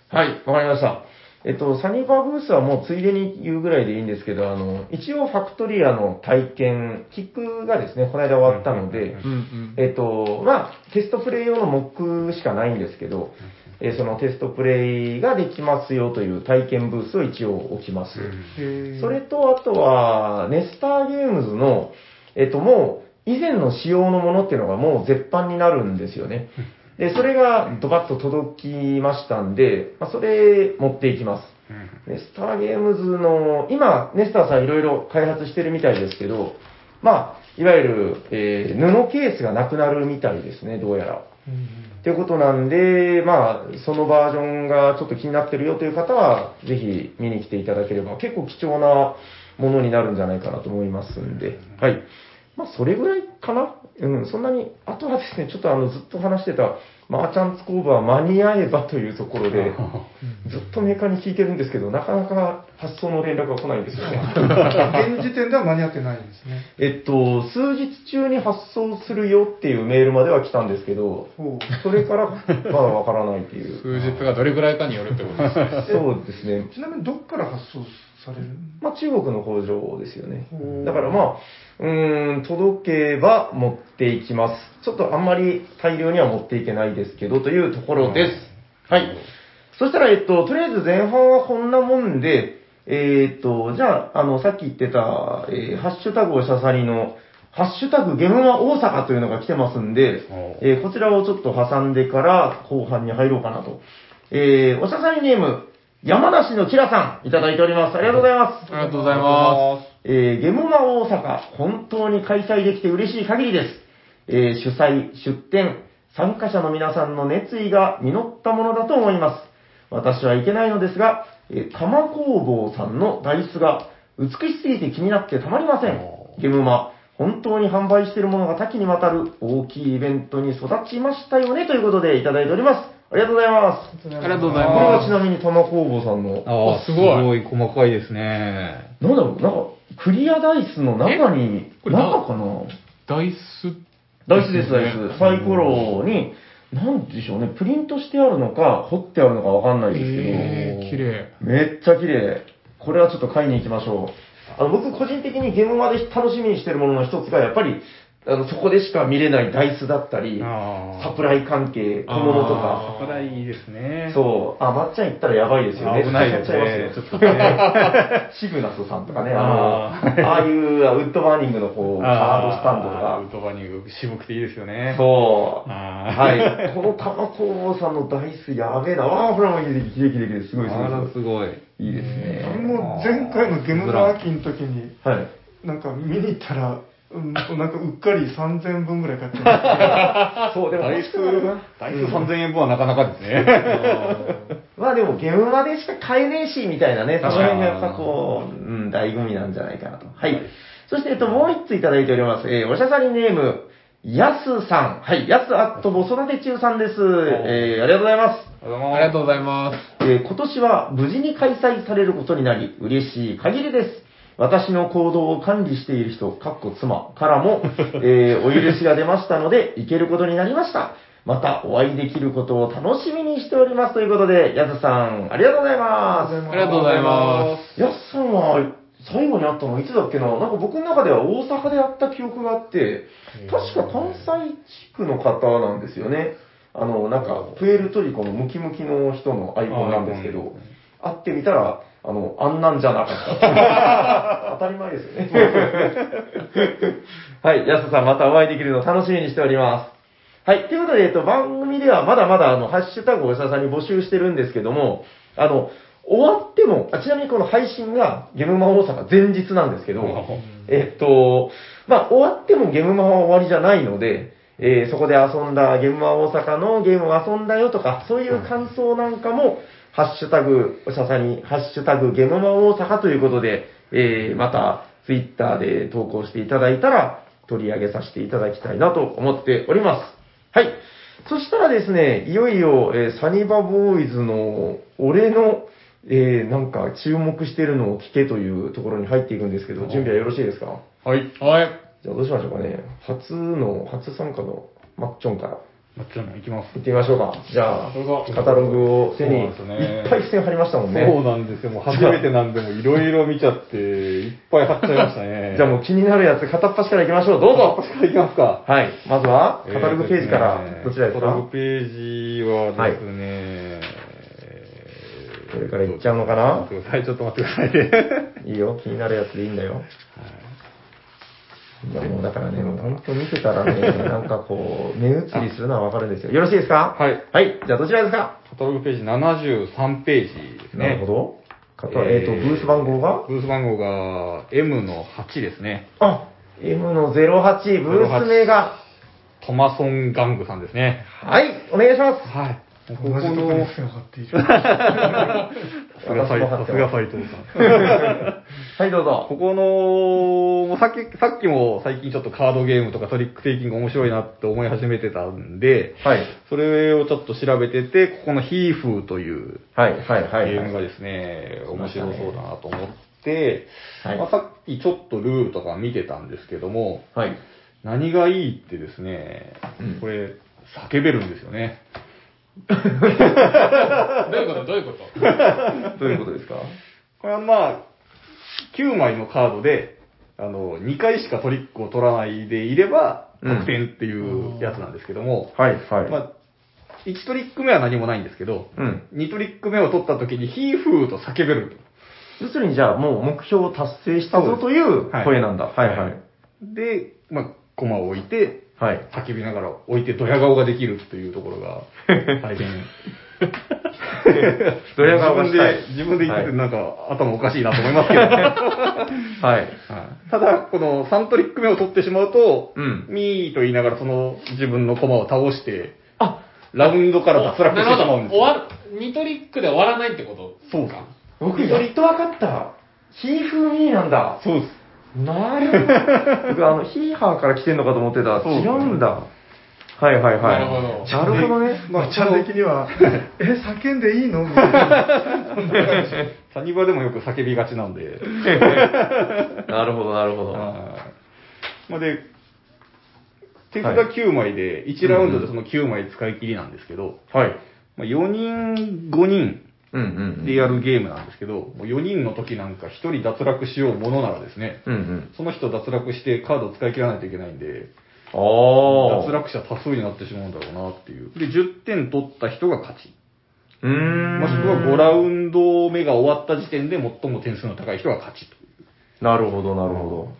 [SPEAKER 4] はい、わかりました。えっと、サニバーブースはもうついでに言うぐらいでいいんですけど、あの、一応ファクトリアの体験、キックがですね、この間終わったので、
[SPEAKER 2] うん
[SPEAKER 4] えっと、まあ、テストプレイ用のモックしかないんですけど、えーそのテストプレイができますよという体験ブースを一応置きます。
[SPEAKER 1] で
[SPEAKER 4] それと、あとは、ネスターゲームズの、えっと、もう、以前の仕様のものっていうのがもう絶版になるんですよね。で、それがドバッと届きましたんで、まあ、それ持っていきます。ネスターゲームズの、今、ネスターさんいろいろ開発してるみたいですけど、まあ、いわゆる、えー布ケースがなくなるみたいですね、どうやら。
[SPEAKER 1] うん
[SPEAKER 4] ってことなんで、まあ、そのバージョンがちょっと気になってるよという方は、ぜひ見に来ていただければ、結構貴重なものになるんじゃないかなと思いますんで、はい。まあ、それぐらいかなうん、そんなに、あとはですね、ちょっとあの、ずっと話してた、マーチャンツ工房は間に合えばというところで、 ずっとメーカーに聞いてるんですけど、なかなか発送の連絡が来ないんですよね。
[SPEAKER 1] 現時点では間に合ってないですね。
[SPEAKER 4] えっと、数日中に発送するよっていうメールまでは来たんですけど、
[SPEAKER 1] ほう。
[SPEAKER 4] それからまだわからないっていう。
[SPEAKER 2] 数日がどれぐらいかによるってことです ね。
[SPEAKER 4] そうですね。
[SPEAKER 1] ちなみにどっから発送されるん
[SPEAKER 4] まあ、中国の工場ですよね。
[SPEAKER 1] ほう
[SPEAKER 4] だからまあ、うーん、届けば持っていきます。ちょっとあんまり大量には持っていけないですけど、というところです。はい。そしたら、えっと、とりあえず前半はこんなもんで、えーっと、じゃあ、あの、さっき言ってた、えーハッシュタグおしゃさりの、ハッシュタグゲムは大阪というのが来てますんで、えーこちらをちょっと挟んでから後半に入ろうかなと。えー、おしゃさりネーム、山梨のキラさん、いただいております。ありがとうございます。
[SPEAKER 2] ありがとうございま
[SPEAKER 4] えーゲモマ大阪、本当に開催できて嬉しい限りです。えー主催、出展、参加者の皆さんの熱意が実ったものだと思います。私はいけないのですが、えー、玉工房さんのダイスが美しすぎて気になってたまりません。ゲムマ、本当に販売しているものが多岐にわたる大きいイベントに育ちましたよねということでいただいております。ありがとうございます。
[SPEAKER 2] す。ありがとうござい
[SPEAKER 4] これは
[SPEAKER 2] ま
[SPEAKER 4] ちなみに玉工房さんの、
[SPEAKER 2] あ
[SPEAKER 3] あ
[SPEAKER 2] ー
[SPEAKER 3] あ、
[SPEAKER 2] す
[SPEAKER 3] す
[SPEAKER 2] ごい
[SPEAKER 3] ごい細かいですね。
[SPEAKER 4] なんだろう、なんか、クリアダイスの中に、
[SPEAKER 2] これな
[SPEAKER 4] 中かな
[SPEAKER 2] す。ダイス。
[SPEAKER 4] ダイスです、
[SPEAKER 2] で
[SPEAKER 4] ダ
[SPEAKER 2] すね
[SPEAKER 4] イス。サイコロに、なんでしょうね、プリントしてあるのか、彫ってあるのかわかんないですけど、
[SPEAKER 2] えー、綺麗。
[SPEAKER 4] めっちゃ綺麗。これはちょっと買いに行きましょう。あの、僕個人的にゲームまで楽しみにしてるものの一つが、やっぱり、あの、そこでしか見れないダイスだったり、
[SPEAKER 3] あ
[SPEAKER 4] サプライ関係、小物とか。
[SPEAKER 3] サプライいいですね。う。
[SPEAKER 4] そう。あ、まっちゃん行ったらやばいですよね。
[SPEAKER 3] 危ないです
[SPEAKER 4] や
[SPEAKER 3] ね
[SPEAKER 4] っ。ち
[SPEAKER 3] ち
[SPEAKER 4] ゃいますよ
[SPEAKER 3] ょっとね。
[SPEAKER 4] シグナスさんとかね、あ
[SPEAKER 3] あー
[SPEAKER 4] の、ああいうあウッドバーニングのこう、カードスタンドと
[SPEAKER 3] あーウ
[SPEAKER 4] か
[SPEAKER 3] ッ。ドバニング、渋くていいですよね。
[SPEAKER 4] そう。
[SPEAKER 3] あ
[SPEAKER 4] はい。この玉工房さんのダイスやべえな。わあ、これはもう秀樹、秀樹、秀樹、す
[SPEAKER 3] あ。
[SPEAKER 4] ごい、すごい
[SPEAKER 3] あら、
[SPEAKER 4] す
[SPEAKER 3] すご
[SPEAKER 4] ご
[SPEAKER 3] い。
[SPEAKER 4] い。いいですね。
[SPEAKER 1] 俺も前回のゲムマーキの時に、
[SPEAKER 4] はい。
[SPEAKER 1] なんか見に行ったら、うんなんかうっかり3000分ぐらい買ってました。
[SPEAKER 4] そう、でも、
[SPEAKER 3] ダイス、ダイス3000円分はなかなかですね。
[SPEAKER 4] まあでも、ゲームまでしか買えねえし、みたいなね、その
[SPEAKER 3] 確か
[SPEAKER 4] 辺
[SPEAKER 3] に
[SPEAKER 4] がやっぱこう、うん、醍醐味なんじゃないかなと。はい。そして、えっと、もう一ついただいております。えー、おしゃさりネーム、やすさん。はい、やすアット子育て中さんです。えー、ありがとうございます。
[SPEAKER 3] ありがとう
[SPEAKER 2] ありがとうございます。
[SPEAKER 4] えー今年は無事に開催されることになり、嬉しい限りです。私の行動を管理している人、かっこ妻からも、えーお許しが出ましたので、行けることになりました。またお会いできることを楽しみにしておりますということで、やすさん、ありがとうございます。
[SPEAKER 2] ありがとうございま
[SPEAKER 4] やすさんは、最後に会ったのいつだっけななんか僕の中では大阪で会った記憶があって、確か関西地区の方なんですよね。あの、なんか、プエルトリコのムキムキの人のアイコンなんですけど、会ってみたら、あの、あんなんじゃなかった。当たり前ですよ ね。はい、安さんまたお会いできるの楽しみにしております。はい。ということで、えっと、番組ではまだまだ、あの、ハッシュタグを吉田さんに募集してるんですけども、あの、終わっても、あちなみにこの配信が、ゲムマ大阪前日なんですけど、えっと、まあ、終わってもゲームマは終わりじゃないので、えーそこで遊んだゲームマ大阪のゲームを遊んだよとか、そういう感想なんかも、ハッシュタグ、おしゃさに、ハッシュタグゲームマ大阪ということで、えーまた、ツイッターで投稿していただいたら、取り上げさせていただきたいなと思っております。はい。そしたらですね、いよいよ、えーサニバボーイズの、俺の、えーなんか注目してるのを聞けというところに入っていくんですけど、準備はよろしいですか
[SPEAKER 3] はい。
[SPEAKER 2] はい。
[SPEAKER 4] じゃあどうしましょうかね。初の、初参加のマッチョンから
[SPEAKER 3] まっちゃんの行きます。
[SPEAKER 4] 行ってみましょうか。じゃあ
[SPEAKER 2] どうぞ、
[SPEAKER 4] カタログを手に、い
[SPEAKER 3] そうですね
[SPEAKER 4] っぱい付箋貼りましたもんね。
[SPEAKER 3] そうなんですよ。もう初めてなんでもいろいろ見ちゃって、いっぱい貼っちゃいましたね。
[SPEAKER 4] じゃあもう気になるやつ片っ端から行きましょう。どう
[SPEAKER 3] こ
[SPEAKER 4] ぞ
[SPEAKER 3] っちから行きますか。
[SPEAKER 4] はい。まずは、カタログページか
[SPEAKER 3] え
[SPEAKER 4] ら、
[SPEAKER 3] ー
[SPEAKER 4] ど
[SPEAKER 3] とね
[SPEAKER 4] ちらです
[SPEAKER 3] カタロ
[SPEAKER 4] か
[SPEAKER 3] グページはですね、
[SPEAKER 4] これから行っちゃうのかな
[SPEAKER 3] ちょっと待ってください。ちょっと待ってくださいね。
[SPEAKER 4] いいよ。気になるやつでいいんだよ。いやもうだからね、もう本当見てた らね、なんかこう、目移りするのはわかるんですよ。よろしいですか
[SPEAKER 3] はい。
[SPEAKER 4] はい。じゃあどちらですか
[SPEAKER 3] カタログページ73ページですね。
[SPEAKER 4] なるほど。カタえっと、ブース番号が
[SPEAKER 3] ブース番号が M の8ですね。
[SPEAKER 4] あ、M の08、ブース名が。
[SPEAKER 3] トマソン・ガングさんですね。
[SPEAKER 4] はい、お願いします。
[SPEAKER 3] はい。ここ
[SPEAKER 1] 同じとこに
[SPEAKER 3] の、
[SPEAKER 1] 付
[SPEAKER 3] さ
[SPEAKER 1] 箋貼っている。
[SPEAKER 3] すが
[SPEAKER 4] 私
[SPEAKER 3] 斎
[SPEAKER 4] も貼
[SPEAKER 3] さ
[SPEAKER 4] ってます
[SPEAKER 3] すが斎藤さん。
[SPEAKER 4] はい、どうぞ。
[SPEAKER 3] ここの、もうさっき、さっきも最近ちょっとカードゲームとかトリックテイキング面白いなって思い始めてたんで、
[SPEAKER 4] はい。
[SPEAKER 3] それをちょっと調べてて、ここのヒーフーという
[SPEAKER 4] はい、はい、
[SPEAKER 3] ゲ
[SPEAKER 4] はい
[SPEAKER 3] ーム
[SPEAKER 4] は
[SPEAKER 3] が
[SPEAKER 4] い。
[SPEAKER 3] ですね、面白そうだなと思って、
[SPEAKER 4] はい
[SPEAKER 3] まあ、さっきちょっとルールとか見てたんですけども、
[SPEAKER 4] はい。
[SPEAKER 3] 何がいいってですね、これ、叫べるんですよね。
[SPEAKER 2] どういうことどういうこと
[SPEAKER 4] どういうことですか
[SPEAKER 3] これはまあ、9枚のカードで、あの、2回しかトリックを取らないでいれば、
[SPEAKER 4] うん
[SPEAKER 3] 得点っていうやつなんですけども、
[SPEAKER 4] はい、はい。
[SPEAKER 3] まあ、1トリック目は何もないんですけど、
[SPEAKER 4] うん。
[SPEAKER 3] 2トリック目を取った時に、ヒーフーと叫べる。
[SPEAKER 4] 要するにじゃあもう目標を達成したぞという
[SPEAKER 3] はい
[SPEAKER 4] 声なんだ。はい、はい。
[SPEAKER 3] で、まあ、コマを置いて、
[SPEAKER 4] はい。
[SPEAKER 3] 叫びながら置いてドヤ顔ができるっていうところが、大変。
[SPEAKER 4] ドヤ顔が
[SPEAKER 3] 自
[SPEAKER 4] したい
[SPEAKER 3] 分で、自分で言って
[SPEAKER 4] は
[SPEAKER 3] て
[SPEAKER 4] い
[SPEAKER 3] なんか、頭おかしいなと思いま すけど、
[SPEAKER 4] はい。
[SPEAKER 3] はいただ、この3トリック目を取ってしまうと、
[SPEAKER 4] うん
[SPEAKER 3] ミーと言いながらその自分の駒を倒して、
[SPEAKER 4] あ、
[SPEAKER 3] ラウンドから脱落してしまうんです
[SPEAKER 2] 終
[SPEAKER 3] よ。
[SPEAKER 2] わる、2トリックで終わらないってこと
[SPEAKER 3] そうか。
[SPEAKER 4] 僕やっとわかった。ヒーフーミーなんだ。
[SPEAKER 3] そうです。
[SPEAKER 4] なるほど。僕あの、ヒーハーから来てんのかと思ってた。
[SPEAKER 3] そうです
[SPEAKER 4] 違うんだ。はい、はい、はい。
[SPEAKER 2] なるほど
[SPEAKER 4] なるほどね。
[SPEAKER 1] まあ、ちゃん的に は、え、叫んでいいのみたいな。
[SPEAKER 3] サニバでもよく叫びがちなんで。
[SPEAKER 4] なるほど、なるほど。
[SPEAKER 3] はいまあで、手札9枚で、1ラウンドでその9枚使い切りなんですけど、
[SPEAKER 4] はい。
[SPEAKER 3] まあ、4人、5人
[SPEAKER 4] うんうんうん。
[SPEAKER 3] でやるゲームなんですけど、もう4人の時なんか1人脱落しようものならですね、
[SPEAKER 4] うんうん。
[SPEAKER 3] その人脱落してカードを使い切らないといけないんで、
[SPEAKER 4] ああ。
[SPEAKER 3] 脱落者多数になってしまうんだろうなっていう。で、10点取った人が勝ち。
[SPEAKER 4] うーん。
[SPEAKER 3] もしくは5ラウンド目が終わった時点で最も点数の高い人が勝ちという。
[SPEAKER 4] なるほど、なるほ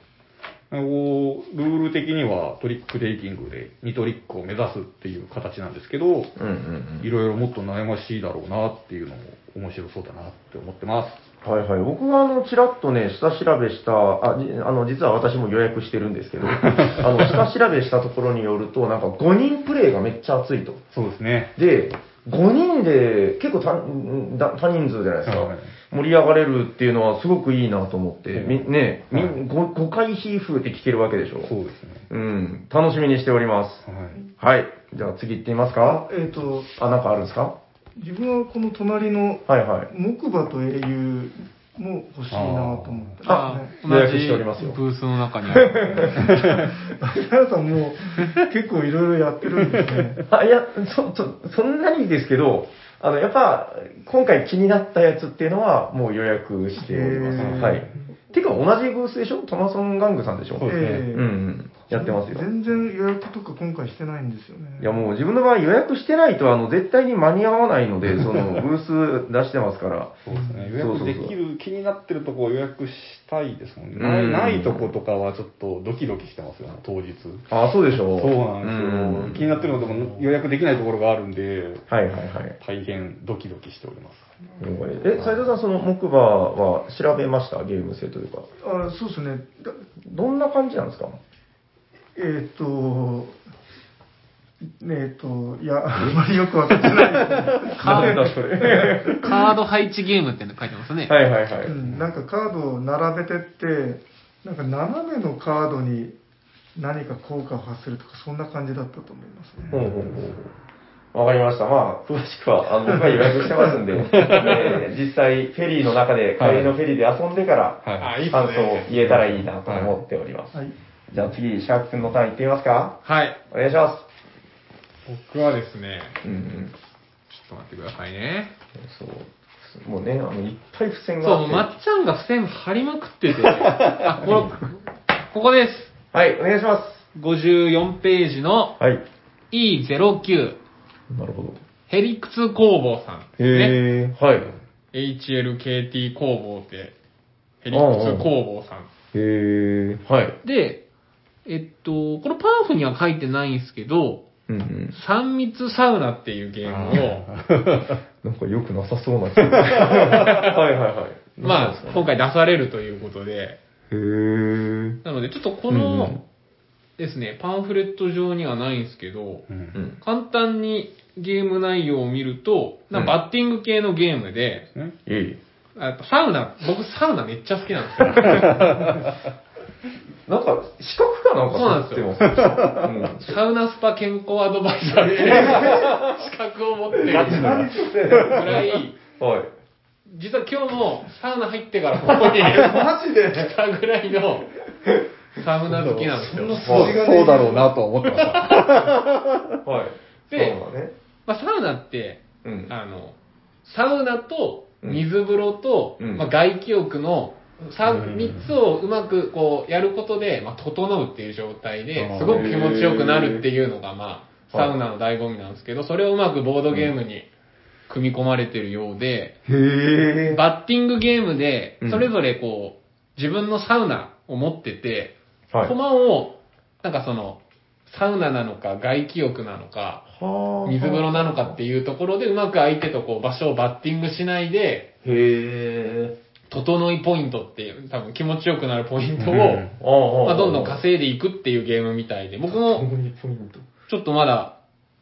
[SPEAKER 3] こうルール的にはトリックテイキングで2トリックを目指すっていう形なんですけど、
[SPEAKER 4] ど。うんうん
[SPEAKER 3] いろいろもっと悩ましいだろうなっていうのも面白そうだなって思ってます。
[SPEAKER 4] うん。はいはい。僕があの、ちらっとね、下調べした、あ、じあの、実は私も予約してるんですけ ど、あの、下調べしたところによると、なんか5人プレイがめっちゃ熱いと。
[SPEAKER 3] そうですね。
[SPEAKER 4] で、5人で結構多んだ多人数じゃないですか、
[SPEAKER 3] はい
[SPEAKER 4] 盛り上がれるっていうのはすごくいいなと思って、
[SPEAKER 3] うん
[SPEAKER 4] みね、み
[SPEAKER 3] はい
[SPEAKER 4] 5, 回ヒーフーって聞けるわけでしょ
[SPEAKER 3] そうですね。
[SPEAKER 4] うん、楽しみにしております。
[SPEAKER 3] はい。
[SPEAKER 4] はい。じゃあ次行ってみます
[SPEAKER 1] あ
[SPEAKER 4] か
[SPEAKER 1] えっと、
[SPEAKER 4] あ、なんかあるんですか
[SPEAKER 1] 自分はこの隣の
[SPEAKER 4] はいはい。
[SPEAKER 1] 木馬と英雄も欲しいなと思って
[SPEAKER 4] あ
[SPEAKER 1] ね。
[SPEAKER 4] 予約しておりますよ
[SPEAKER 2] ブースの中にある。
[SPEAKER 1] 皆さんもう結構いろいろやってるんですね。
[SPEAKER 4] あ、いや、そ、そ、そんなにですけど、あの、やっぱ、今回気になったやつっていうのは、もう予約しておりま
[SPEAKER 1] へー
[SPEAKER 4] す。はい。てか同じブースでしょトマソン玩具さんでしょ
[SPEAKER 3] そうですね
[SPEAKER 4] うんうん。やってますよ。
[SPEAKER 1] 全然予約とか今回してないんですよね。
[SPEAKER 4] いやもう自分の場合予約してないとあの絶対に間に合わないの で、そのブース出してますから。
[SPEAKER 3] そうですね。予
[SPEAKER 4] そうそ
[SPEAKER 3] 約
[SPEAKER 4] うそう
[SPEAKER 3] できる、気になってるとこを予約したいですもんね。
[SPEAKER 4] うん
[SPEAKER 3] ないないとことかはちょっとドキドキしてますよ、当日。
[SPEAKER 4] あ、そうでしょ
[SPEAKER 3] そうなんですよ。気になってるのでも予約できないところがあるんで、
[SPEAKER 4] はいはいはい。
[SPEAKER 3] 大変ドキドキしております。
[SPEAKER 4] え、斉藤さん、その木馬は調べましたゲーム性というか。
[SPEAKER 1] あそうですね。だ
[SPEAKER 4] どんな感じなんですか
[SPEAKER 1] えーっ、と、えーっ、と、いや、あんまりよくわかってないですね、
[SPEAKER 2] カー
[SPEAKER 4] だそ れ。
[SPEAKER 2] ド、カード配置ゲームって書いてますね。
[SPEAKER 4] はいはいは
[SPEAKER 1] う
[SPEAKER 4] い。
[SPEAKER 1] ん。なんかカードを並べてって、なんか斜めのカードに何か効果を発するとか、そんな感じだったと思いますね。
[SPEAKER 4] ほうほうほうわかりました。まあ、詳しくは、あの、僕は予約してます んで、えー実際、フェリーの中で、帰りのフェリーで遊んでから、
[SPEAKER 2] は。
[SPEAKER 3] はい
[SPEAKER 2] いいっす
[SPEAKER 4] 感想を
[SPEAKER 2] ね。
[SPEAKER 4] 言えたらいいなと思っております。
[SPEAKER 1] はい。
[SPEAKER 4] じゃあ次、シャーク君のターンいってみますか
[SPEAKER 2] はい。
[SPEAKER 4] お願いしま
[SPEAKER 2] 僕はですね、
[SPEAKER 4] す。うんうん。
[SPEAKER 2] ちょっと待ってくださいね。
[SPEAKER 4] そう。もうね、あの、いっぱい付箋
[SPEAKER 2] そう、
[SPEAKER 4] があって。
[SPEAKER 2] もうまっちゃんが付箋張りまくってて。あ、この、ここです。
[SPEAKER 4] はい、お願いしま
[SPEAKER 2] 54ページの
[SPEAKER 4] す。はい。
[SPEAKER 2] E09
[SPEAKER 4] なるほど。
[SPEAKER 2] ヘリクツ工房さんですね。
[SPEAKER 4] へえ、はい。
[SPEAKER 2] HLKT 工房って、ヘリクツ工房さん。
[SPEAKER 4] へえ、はい。
[SPEAKER 2] で、えっと、このパンフには書いてないんですけど、
[SPEAKER 4] うんうん。
[SPEAKER 2] 三密サウナっていうゲームを、
[SPEAKER 4] なんか良くなさそうな気 がはいはいはい。
[SPEAKER 2] ま
[SPEAKER 4] なん
[SPEAKER 2] あ、
[SPEAKER 4] か
[SPEAKER 2] 今回出されるということで、
[SPEAKER 4] へえ。
[SPEAKER 2] なのでちょっとこ
[SPEAKER 4] うんう
[SPEAKER 2] の
[SPEAKER 4] ん
[SPEAKER 2] ですね、パンフレット上にはないんですけど、
[SPEAKER 3] うん
[SPEAKER 4] うん。
[SPEAKER 2] 簡単にゲーム内容を見ると、な
[SPEAKER 4] うん
[SPEAKER 2] んかバッティング系のゲームで、
[SPEAKER 3] ね
[SPEAKER 4] いい。
[SPEAKER 2] あやっぱサウナ、僕サウナめっちゃ好きなんですよ。
[SPEAKER 4] なんか、資格かなんか
[SPEAKER 2] そうなんですよ
[SPEAKER 4] よ。
[SPEAKER 2] サウナスパ健康アドバイザ ーっていう資格を持っている
[SPEAKER 4] ガチ
[SPEAKER 2] ぐ
[SPEAKER 4] だ
[SPEAKER 2] らい、
[SPEAKER 4] はい。
[SPEAKER 2] 実は今日もサウナ入って からここに来
[SPEAKER 4] マジで
[SPEAKER 2] たぐらいのサウナ好きなんですよ。
[SPEAKER 3] そうそうだろうなとは思ってました。
[SPEAKER 4] はい。
[SPEAKER 2] で
[SPEAKER 4] そうだね。
[SPEAKER 2] まあ、サウナって、
[SPEAKER 4] うん。
[SPEAKER 2] あの、サウナと水風呂と、
[SPEAKER 4] うん
[SPEAKER 2] まあ、外気浴の
[SPEAKER 3] うん
[SPEAKER 2] 3つをうまくこうやることで、まあ、整うっていう状態
[SPEAKER 3] あ
[SPEAKER 2] で
[SPEAKER 3] ー
[SPEAKER 2] すごく気持ちよくなるっていうのが、まあ、サウナの醍醐味なんですけど、それをうまくボードゲームに組み込まれてるようで、
[SPEAKER 4] へえ。
[SPEAKER 2] バッティングゲームで
[SPEAKER 4] うん
[SPEAKER 2] それぞれこう自分のサウナを持ってて、
[SPEAKER 4] はい。
[SPEAKER 2] 駒をなんかそのサウナなのか外気浴なのか
[SPEAKER 4] はあ
[SPEAKER 2] 水風呂なのかっていうところで、うまく相手とこう場所をバッティングしないで、
[SPEAKER 4] へえ。
[SPEAKER 2] 整いポイントっていう、多分気持ちよくなるポイントを、
[SPEAKER 3] うん
[SPEAKER 4] ああ
[SPEAKER 2] まあ、どんどん稼いでいくっていうゲームみたいで、僕も
[SPEAKER 4] ぐにポイント。
[SPEAKER 2] ちょっとまだ、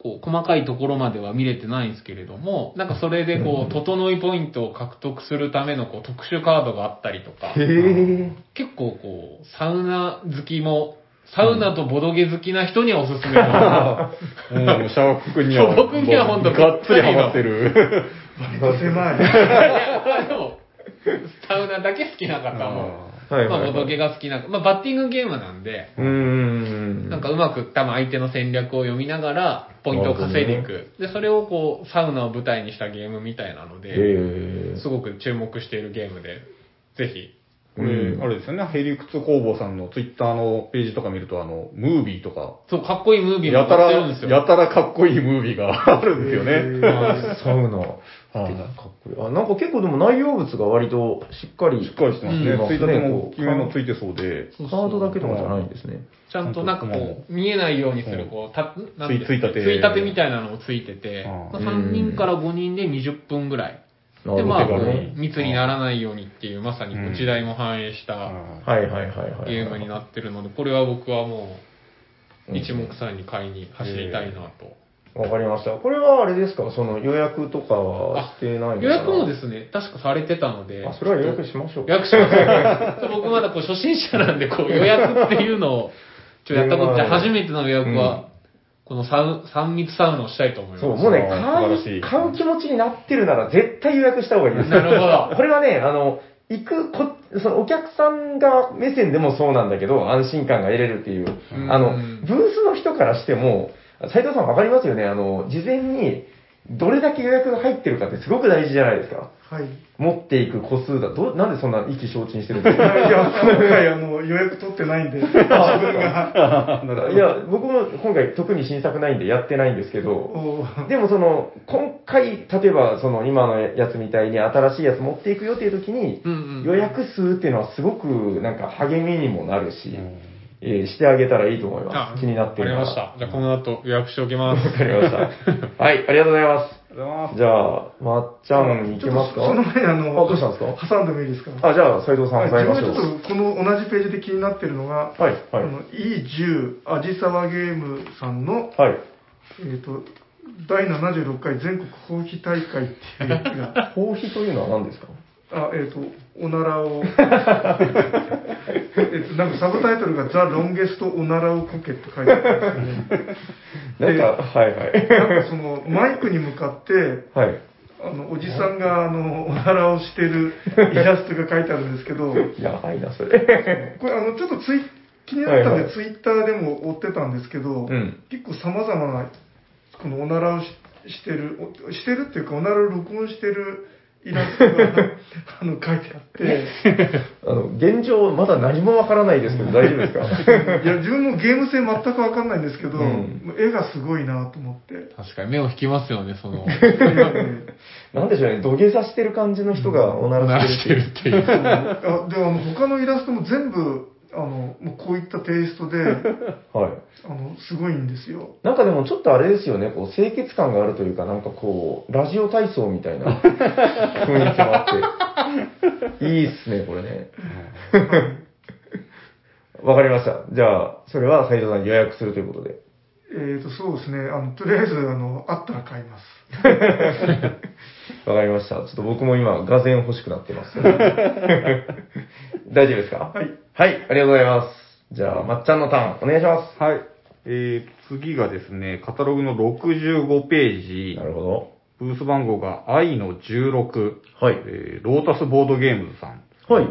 [SPEAKER 2] こう、細かいところまでは見れてないんですけれども、なんかそれでこう、整いポイントを獲得するためのこう、特殊カードがあったりとか、
[SPEAKER 4] へえ。
[SPEAKER 2] 結構こう、サウナ好きも、サウナとボドゲ好きな人にはおすすめな、
[SPEAKER 3] うん、シャーク君には、
[SPEAKER 2] そう僕には本当
[SPEAKER 3] がっつりハマって る。
[SPEAKER 1] 割と狭い。
[SPEAKER 2] いやまあでも、サウナだけ好きな方も、
[SPEAKER 4] はい
[SPEAKER 2] ま
[SPEAKER 4] はいは
[SPEAKER 2] あ、
[SPEAKER 4] い
[SPEAKER 2] ボドゲが好きな、まあ、バッティングゲームなんで、
[SPEAKER 4] うーん。
[SPEAKER 2] なんかうまく多分相手の戦略を読みながら、ポイントを稼いでいく。で、それをこう、サウナを舞台にしたゲームみたいなの
[SPEAKER 4] へ
[SPEAKER 2] で、
[SPEAKER 4] え。
[SPEAKER 2] すごく注目しているゲームで、ぜひ。
[SPEAKER 3] これ、あれですよね、ヘリクツ工房さんのツイッターのページとか見ると、あの、ムービーとか、
[SPEAKER 2] そう、かっこいいムービー
[SPEAKER 3] や
[SPEAKER 2] も撮
[SPEAKER 3] た
[SPEAKER 2] っ
[SPEAKER 3] ら、
[SPEAKER 2] てるんです
[SPEAKER 3] や
[SPEAKER 2] よ。
[SPEAKER 3] たらかっこいいムービーがあるんですよね。
[SPEAKER 4] サウナ。
[SPEAKER 3] はい
[SPEAKER 4] かっこいい。あ、なんか結構でも内容物が割としっかり。
[SPEAKER 3] しっかりしてます
[SPEAKER 2] う
[SPEAKER 3] ね
[SPEAKER 2] ん。
[SPEAKER 3] ツイッターも
[SPEAKER 4] こ
[SPEAKER 3] 大
[SPEAKER 4] う
[SPEAKER 3] きめのついてそうで、
[SPEAKER 2] そう
[SPEAKER 4] カ
[SPEAKER 2] そう
[SPEAKER 4] ードだけとかじゃないんですね。
[SPEAKER 2] ちゃんとなんかこう、見えないようにす
[SPEAKER 3] うん
[SPEAKER 2] る、こう、た、なん
[SPEAKER 3] つい
[SPEAKER 2] ですか
[SPEAKER 3] ついたて
[SPEAKER 2] ついたてみたいなのもついてて、
[SPEAKER 3] あ
[SPEAKER 2] まあ、3人から5人で20分ぐらい。
[SPEAKER 4] な
[SPEAKER 2] で、
[SPEAKER 4] るほ
[SPEAKER 2] まあ
[SPEAKER 4] ど
[SPEAKER 3] 手軽
[SPEAKER 4] ね
[SPEAKER 3] に。、
[SPEAKER 2] 密にならないようにっていう、まさにこう時代も反映した
[SPEAKER 3] は
[SPEAKER 4] はい
[SPEAKER 3] い
[SPEAKER 4] はいはいはい。
[SPEAKER 2] ゲームになってるので、これは僕はもう、一目散に買いに走りたいなと。
[SPEAKER 4] わかりました。これはあれですかその予約とかはしてないのかな
[SPEAKER 2] 予約もですね、確かされてたので、
[SPEAKER 4] あ、それは予約しましょう。
[SPEAKER 2] 予約しました。僕まだこう初心者なんで、こう予約ってい うのを、ちょっとやったことない初めての予約
[SPEAKER 4] うん
[SPEAKER 2] は、この三三密サウナをしたいと思います。
[SPEAKER 4] そう、もうね、
[SPEAKER 3] そう
[SPEAKER 4] 買
[SPEAKER 3] 素晴らし
[SPEAKER 4] う、
[SPEAKER 3] い
[SPEAKER 4] 買う気持ちになってるなら絶対予約した方がいいです。
[SPEAKER 2] なるほ ど。
[SPEAKER 4] これはね、あの、行くこ、そのお客さんが目線でもそうなんだけど、安心感が得れるっていう
[SPEAKER 2] う。ん
[SPEAKER 4] あの、ブースの人からしても、斉藤さんわかりますよねあの、事前に、どれだけ予約が入ってるかってすごく大事じゃないですか。
[SPEAKER 1] はい。
[SPEAKER 4] 持っていく個数だ。ど、なんでそんな意気消沈してるんです
[SPEAKER 1] い
[SPEAKER 4] か
[SPEAKER 1] や、いや今回あの、予約取ってないんで、自分が。
[SPEAKER 4] いや、僕も今回特に新作ないんでやってないんですけど、
[SPEAKER 1] おー
[SPEAKER 4] でもその、今回、例えばその今のやつみたいに新しいやつ持っていくよっていう時に、
[SPEAKER 2] うん
[SPEAKER 4] 予約数っていうのはすごくなんか励みにもなるし、えーしてあげたらいいと思います。気になって
[SPEAKER 2] わ
[SPEAKER 4] る
[SPEAKER 2] かりました。じゃあこの後予約してお きます。
[SPEAKER 4] わかりま した。はい、ありがとうございます。
[SPEAKER 3] りがとうございます。
[SPEAKER 4] じゃあ、まっちゃん行きますか
[SPEAKER 1] その前にあ
[SPEAKER 4] あ、
[SPEAKER 1] の
[SPEAKER 4] どう、したんですか
[SPEAKER 1] 挟んでもいいですか
[SPEAKER 4] あ、じゃあ、斉藤さん、
[SPEAKER 1] 自
[SPEAKER 4] 参りま
[SPEAKER 1] 分
[SPEAKER 4] し
[SPEAKER 1] ち
[SPEAKER 4] ょ
[SPEAKER 1] ょ
[SPEAKER 4] う。
[SPEAKER 1] っとこの同じページで気になってるのが、
[SPEAKER 4] はい、
[SPEAKER 1] あ
[SPEAKER 4] はい。
[SPEAKER 1] の E10 あじさわゲームさんの、
[SPEAKER 4] はい。
[SPEAKER 1] えー、と第76回全国放棄大会っていうやつ が
[SPEAKER 4] 放棄というのは何ですか
[SPEAKER 1] あえっ、とおならを えっとなんかサブタイトルが「ザ・ロンゲストおならをこけ」って書いてあるんですよね
[SPEAKER 4] なんか、はいはい。
[SPEAKER 1] なんかそのマイクに向かって
[SPEAKER 4] はい。
[SPEAKER 1] あのおじさんがあのおならをして るイラストが書いてあるんですけど
[SPEAKER 4] やばいな、それ。
[SPEAKER 1] これあのちょっとツイ気になったんで、
[SPEAKER 4] はいはい
[SPEAKER 1] ツイッターでも追ってたんですけど、
[SPEAKER 4] うん
[SPEAKER 1] 結構さまざまなこのおならをししてるおしてるっていうかおならを録音してるイラスト があの書いてあって
[SPEAKER 4] あの、現状、まだ何もわからないですけど、大丈夫ですか
[SPEAKER 1] いや自分もゲーム性全く分かんないんですけど、
[SPEAKER 4] うん
[SPEAKER 1] 絵がすごいなと思って。
[SPEAKER 2] 確かに目を引きますよね、その、
[SPEAKER 4] なんでしょうね、土下座してる感じの人がおな
[SPEAKER 2] 鳴
[SPEAKER 4] ら
[SPEAKER 2] ら
[SPEAKER 4] し
[SPEAKER 2] してて
[SPEAKER 4] るって
[SPEAKER 2] るって
[SPEAKER 1] あ
[SPEAKER 2] いう。
[SPEAKER 1] であの他のイラストも全部あのもうこういったテイスト で
[SPEAKER 4] いう。はい。
[SPEAKER 1] あのすごいんですよ。
[SPEAKER 4] なんかでもちょっとあれですよね、こう清潔感があるというか、なんかこう、ラジオ体操みたいな雰囲気もあって、いいっすね、これね。 わかりました。じゃあ、それは斉藤さん予約するということで。
[SPEAKER 1] えー、とそうですねあのとりあえずあのあったら買います。。
[SPEAKER 4] わかりました。ちょっと僕も今、画然欲しくなって ます。大丈夫ですかはいはい、ありがとうございます。じゃあ、まっちゃんのターン、お願いしま
[SPEAKER 3] はい。えー、次がですね、カタログの65ペー
[SPEAKER 4] す。
[SPEAKER 3] ジ
[SPEAKER 4] な、るほ
[SPEAKER 3] ブース番号が愛の16、
[SPEAKER 4] ど。はい。
[SPEAKER 3] えー、ロータスボードゲームズさん。
[SPEAKER 4] はい。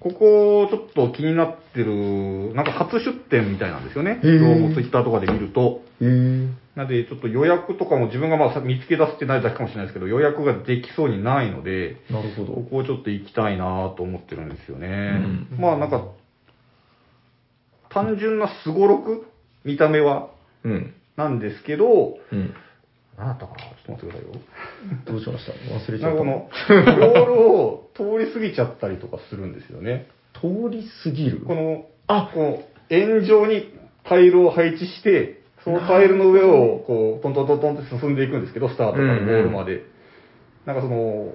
[SPEAKER 3] ここ、ちょっと気になってる、なんか初出店みたいなんですよね。
[SPEAKER 4] へー
[SPEAKER 3] どうもツイッターとかで見ると。
[SPEAKER 4] えー。
[SPEAKER 3] なんで、ちょっと予約とかも自分がまあさ見つけ出せてないだけかもしれないですけど、予約ができそうにないので、
[SPEAKER 4] なるほ
[SPEAKER 3] こ
[SPEAKER 4] ど。
[SPEAKER 3] こをちょっと行きたいなと思ってるんですよね。
[SPEAKER 4] う
[SPEAKER 3] まあなんか、単純なスゴロク見た目は、
[SPEAKER 4] うん。
[SPEAKER 3] なんですけど、
[SPEAKER 4] うん。
[SPEAKER 3] 何だったかなちょっと待ってくださいよ。
[SPEAKER 4] どうしました忘れちゃ
[SPEAKER 3] な
[SPEAKER 4] っ
[SPEAKER 3] ん
[SPEAKER 4] た。
[SPEAKER 3] かこの、ボールを通り過ぎちゃったりとかするんですよね。
[SPEAKER 4] 通り過ぎる
[SPEAKER 3] この、
[SPEAKER 4] あ
[SPEAKER 3] この、円状にタイルを配置して、そのタイルの上を、こう、トントントントンって進んでいくんですけど、スタートからゴールまで。なんかその、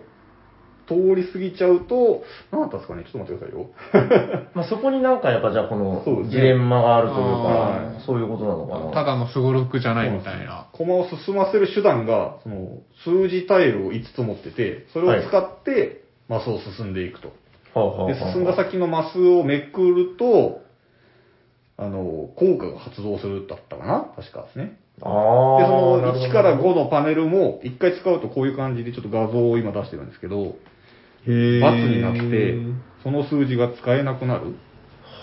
[SPEAKER 3] 通り過ぎちゃうと、何だったんですかねちょっと待ってくださいよ。
[SPEAKER 4] まあ、そこになんかやっぱじゃあこ
[SPEAKER 3] そう
[SPEAKER 4] の
[SPEAKER 3] ですね
[SPEAKER 4] ジレンマがあるという
[SPEAKER 2] あ
[SPEAKER 4] か、そういうことなのかな。
[SPEAKER 2] ただのスゴロクじゃないみたいな。
[SPEAKER 3] 駒を進ませる手段が、その、数字タイルを5つ持ってて、それを使って、マスを進んでいくと。
[SPEAKER 4] はあはあはあ
[SPEAKER 3] で、進んだ先のマスをめくると、あの、効果が発動するだったかな確かですね。
[SPEAKER 4] あ
[SPEAKER 3] で、そ
[SPEAKER 4] ーなる
[SPEAKER 3] の
[SPEAKER 4] ほど
[SPEAKER 3] 1から5のパネルも、1回使うとこういう感じでちょっと画像を今出してるんですけど、
[SPEAKER 4] へー
[SPEAKER 3] バツになって、その数字が使えなくなる。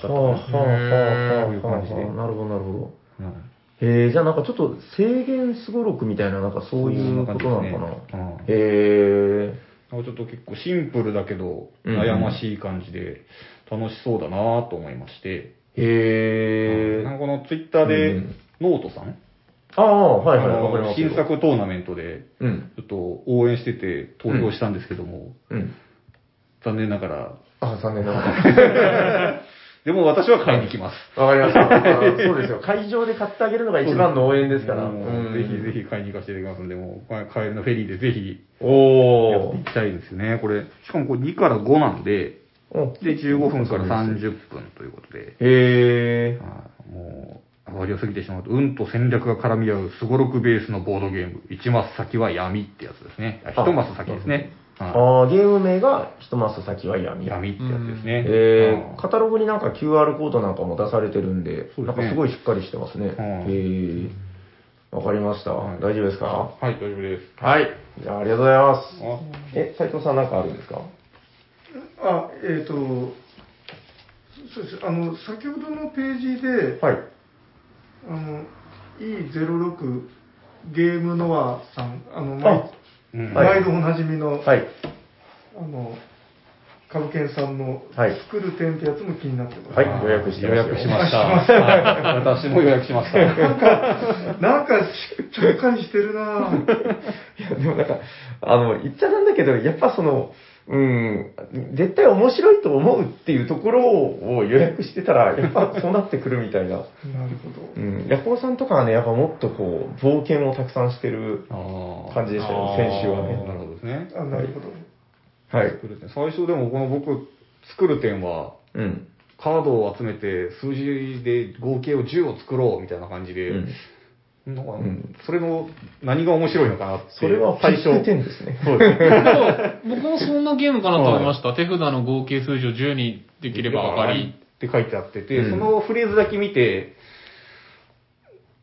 [SPEAKER 4] はあはあはあはあ
[SPEAKER 3] こういう感じで
[SPEAKER 4] なるほどなるほど。
[SPEAKER 3] うん
[SPEAKER 4] へえ、じゃあなんかちょっと制限すごろくみたいな、なんかそういうことなのかな。
[SPEAKER 3] そんな感じですね
[SPEAKER 4] へえ。
[SPEAKER 3] うんなんかちょっと結構シンプルだけど、
[SPEAKER 4] うん
[SPEAKER 3] 悩ましい感じで、楽しそうだなと思いまして、
[SPEAKER 4] へ
[SPEAKER 3] なん
[SPEAKER 4] え。
[SPEAKER 3] かこのツイッターで、
[SPEAKER 4] うん
[SPEAKER 3] ノートさん、
[SPEAKER 4] ああ、はいはい、
[SPEAKER 3] あの
[SPEAKER 4] わかりますよ
[SPEAKER 3] 新。作トーナメントで、
[SPEAKER 4] うん。
[SPEAKER 3] ちょっと応援してて投票したんですけども、
[SPEAKER 4] うん。
[SPEAKER 3] 残念ながら、
[SPEAKER 4] あ、残念なが
[SPEAKER 3] でも私は買いに行きます。
[SPEAKER 4] ら。わかりま した。そうですよ。会場で買ってあげるのが一番の応援ですから。
[SPEAKER 3] もうぜひぜひ買いに行かせていただきますんで、もう、か帰りのフェリーでぜひ
[SPEAKER 4] ひ。お
[SPEAKER 3] 行きたいですよね。これ、しかもこれ2から5なんで、
[SPEAKER 4] お。
[SPEAKER 3] で、15分から30分ということで、
[SPEAKER 4] へえ。
[SPEAKER 3] はいもう、上がりを過ぎてしまうと、運と戦略が絡み合うすごろくベースのボードゲーム、1マス先は闇ってやつですね。あ、
[SPEAKER 4] あ
[SPEAKER 3] 1マス先ですね。は
[SPEAKER 4] ああ、ゲーム名が一マス先は闇。
[SPEAKER 3] い闇ってやつですね。
[SPEAKER 4] え
[SPEAKER 3] は
[SPEAKER 4] ー、
[SPEAKER 3] い
[SPEAKER 4] カタログになんか QR コードなんかも出されてるんで、
[SPEAKER 3] そうですね
[SPEAKER 4] なんかすごいしっかりしてますね。
[SPEAKER 3] はい
[SPEAKER 4] えー、わかりました。
[SPEAKER 3] はい
[SPEAKER 4] 大丈夫ですか
[SPEAKER 3] はい、大丈夫です。
[SPEAKER 4] はい。じゃあ、ありがとうございま
[SPEAKER 3] あ
[SPEAKER 4] す。え、斉藤さんなんかあるんですか
[SPEAKER 1] あ、えっ、と、そうです。あの、先ほどのページで、
[SPEAKER 4] はい。
[SPEAKER 1] あの、E06 ゲームノアさん、あの、
[SPEAKER 4] あ
[SPEAKER 1] 毎
[SPEAKER 3] うん
[SPEAKER 4] はい
[SPEAKER 1] 毎度おなじみの、
[SPEAKER 4] はい。
[SPEAKER 1] あの、カブケンさんの、
[SPEAKER 4] はい
[SPEAKER 1] 作る点ってやつも気になってます。
[SPEAKER 4] はい、予約してますよ。
[SPEAKER 3] ました。はい私も予約 しました。
[SPEAKER 1] なんかし、ちゃっかりしてるなぁ。
[SPEAKER 4] いや、でもなんか、あの、言っちゃなんだけど、やっぱその、うん、絶対面白いと思うっていうところを予約してた ら、やっぱそうなってくるみたいな。
[SPEAKER 1] なるほど。
[SPEAKER 4] うん、ヤコウさんとかはね、やっぱもっとこう、冒険をたくさんしてる
[SPEAKER 3] 感
[SPEAKER 4] 感じでしたよね、先週はね。
[SPEAKER 3] なるほどですね。
[SPEAKER 1] あなるほど。
[SPEAKER 4] はい。
[SPEAKER 3] 作る点最初でもこの僕、作る点は、
[SPEAKER 4] うん。
[SPEAKER 3] カードを集めて数字で合計を10を作ろうみたいな感じ
[SPEAKER 4] う
[SPEAKER 3] で、
[SPEAKER 4] ん、
[SPEAKER 3] なんか
[SPEAKER 4] ん
[SPEAKER 3] それの何が面白いのかなって。
[SPEAKER 4] それは
[SPEAKER 3] 最初。
[SPEAKER 4] 必須点ですね。
[SPEAKER 3] そうですね。
[SPEAKER 2] 僕もそんなゲームかなと思いました。手札の合計数字を10にできれば上がり。
[SPEAKER 3] って書いてあってて、
[SPEAKER 4] うん
[SPEAKER 3] そのフレーズだけ見て、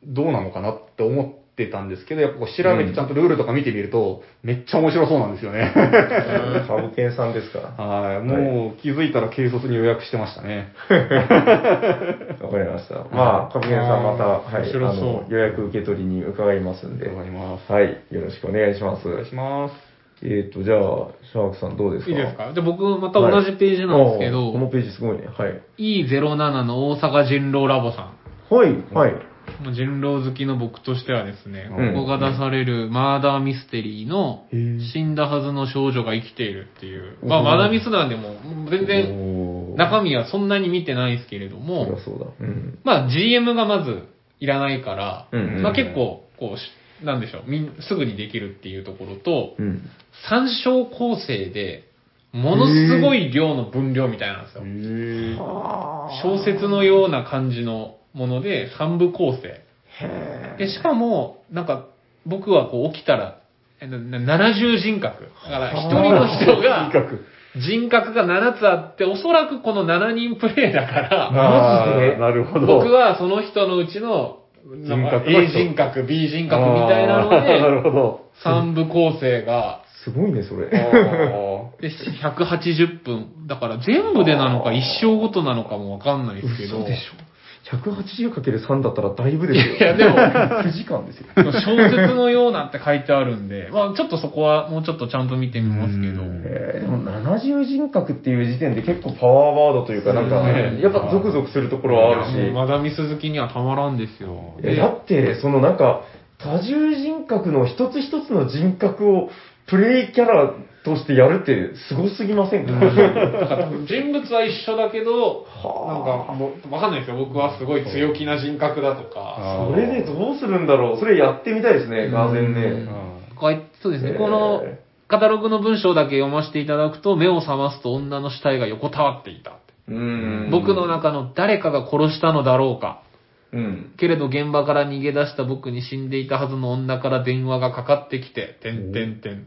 [SPEAKER 3] どうなのかなって思ってたんですけど、やっぱこう調べてちゃんとルールとか見てみると、めっちゃ面白そうなんですよね。
[SPEAKER 4] カブケンさんです から。
[SPEAKER 3] はい。もう気づいたら軽率に予約してましたね。
[SPEAKER 4] わかりました。まあ、カブケンさんまた、
[SPEAKER 2] あー
[SPEAKER 4] はい、
[SPEAKER 2] 面
[SPEAKER 4] あ
[SPEAKER 2] 白そう
[SPEAKER 4] の、予約受け取りに伺いますんで。
[SPEAKER 3] わかります。
[SPEAKER 4] はい、よろしくお願いします。
[SPEAKER 3] お願いします。
[SPEAKER 4] えっ、と、じゃあ、シャークさんどうですか
[SPEAKER 2] いいですかじゃあ僕また同じページなんですけ
[SPEAKER 4] はいおー
[SPEAKER 2] ど、
[SPEAKER 4] このページすごいね。はい。
[SPEAKER 2] E07 の大阪人狼ラボさん。
[SPEAKER 4] はい、はい。
[SPEAKER 2] もう人狼好きの僕としてはですね、
[SPEAKER 4] うん
[SPEAKER 2] ここが出されるマーダーミステリーの死んだはずの少女が生きているっていう、まあマーダーミスなんでも全然
[SPEAKER 4] おー
[SPEAKER 2] 中身はそんなに見てないですけれど
[SPEAKER 4] そり
[SPEAKER 2] も
[SPEAKER 4] ゃ、そうだ。うん。
[SPEAKER 2] まあ GM がまずいらないから、
[SPEAKER 4] うんうん
[SPEAKER 2] まあ結構、こうし、なんでしょうみん、すぐにできるっていうところと、
[SPEAKER 4] うん。
[SPEAKER 2] 参照構成で、ものすごい量の分量みたいなんですよ。小説のような感じのもので、三部構成。で、しかも、なんか、僕はこう起きたら、えなな70人格。だから、一人の 人が、人格が7つあって、おそらくこの7人プレイだ から、
[SPEAKER 4] マジで
[SPEAKER 3] あーなるほど。
[SPEAKER 2] 僕はその人のうちの、なんか
[SPEAKER 3] 人格の
[SPEAKER 2] A
[SPEAKER 3] 人
[SPEAKER 2] 人格、B 人格みたいなの
[SPEAKER 3] あーな る
[SPEAKER 2] で、
[SPEAKER 3] ほど。
[SPEAKER 2] 3部構成が、
[SPEAKER 4] すごいね、そ
[SPEAKER 3] あ
[SPEAKER 4] れ。
[SPEAKER 3] ー
[SPEAKER 2] で、180分。だから全部でなのか、一生ごとなのかもわかんないですけど。
[SPEAKER 4] 嘘でしょ。180×3 だったらだいぶですよ。
[SPEAKER 2] いや、で も、
[SPEAKER 4] 9時間ですよ。
[SPEAKER 2] 小説のようなって書いてあるんで、まあちょっとそこはもうちょっとちゃんと見てみますけど。
[SPEAKER 3] うん
[SPEAKER 4] えー、でも70人格っていう時点で結構パワーワードというか、なんか、
[SPEAKER 2] そうですね
[SPEAKER 4] やっぱゾクゾクするところはあるし。
[SPEAKER 2] いやもうマダミス好きにはたまらんですよ。
[SPEAKER 4] え
[SPEAKER 2] で
[SPEAKER 4] だって、そのなんか、多重人格の一つ一つの人格をプレイキャラとしてやるってすごすぎませんか、
[SPEAKER 2] だから多分人物は一緒だけど、なんかもうわかんないですよ。僕はすごい強気な人格だとか。
[SPEAKER 4] それでどうするんだろうそれやってみたいですね、ガーゼン
[SPEAKER 2] うん
[SPEAKER 4] ね。
[SPEAKER 2] こうやってそうですね、
[SPEAKER 4] えー
[SPEAKER 2] このカタログの文章だけ読ませていただくと、目を覚ますと女の死体が横たわっていた。
[SPEAKER 4] うん
[SPEAKER 2] 僕の、中の誰かが殺したのだろうか。
[SPEAKER 4] うん。
[SPEAKER 2] けれど現場から逃げ出した僕に死んでいたはずの女から電話がかかってきて、てんてんてん。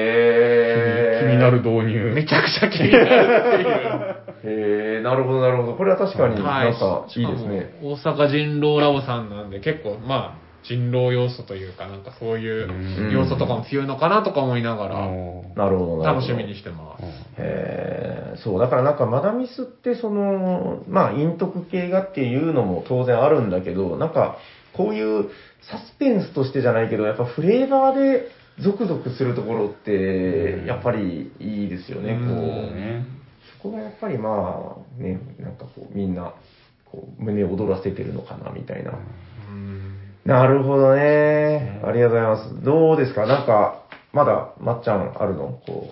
[SPEAKER 4] へー。
[SPEAKER 3] 気になる。導入。
[SPEAKER 2] めちゃくちゃ気になる
[SPEAKER 4] へー、なるほど、なるほど。これは確か
[SPEAKER 2] ってい
[SPEAKER 4] に
[SPEAKER 2] う。は。
[SPEAKER 4] ないんかいいです
[SPEAKER 2] し
[SPEAKER 4] ね。
[SPEAKER 2] かも大阪人狼ラボさんなんで結構まあ人狼要素というかなんかそういううん要素とかも強いのかなとか思いなが
[SPEAKER 3] あ
[SPEAKER 2] ら
[SPEAKER 3] の
[SPEAKER 4] なるほど、なるほ
[SPEAKER 2] 楽
[SPEAKER 4] ど。
[SPEAKER 2] しみにしてます。
[SPEAKER 4] えーそう、だからなんかマダミスってその、まあ、陰徳系がっていうのも当然あるんだけど、なんか、こういうサスペンスとしてじゃないけど、やっぱフレーバーでゾクゾクするところって
[SPEAKER 3] う、ん
[SPEAKER 4] やっぱりいいですよね、
[SPEAKER 2] うん
[SPEAKER 3] そう
[SPEAKER 4] こう。
[SPEAKER 3] ね。
[SPEAKER 4] そこがやっぱりまあ、ね、なんかこう、みんな、こう、胸躍らせてるのかな、みたいな。
[SPEAKER 2] うん
[SPEAKER 4] なるほどね。ありがとうございます。どうですかなんか、まだ、まっちゃんあるのこう、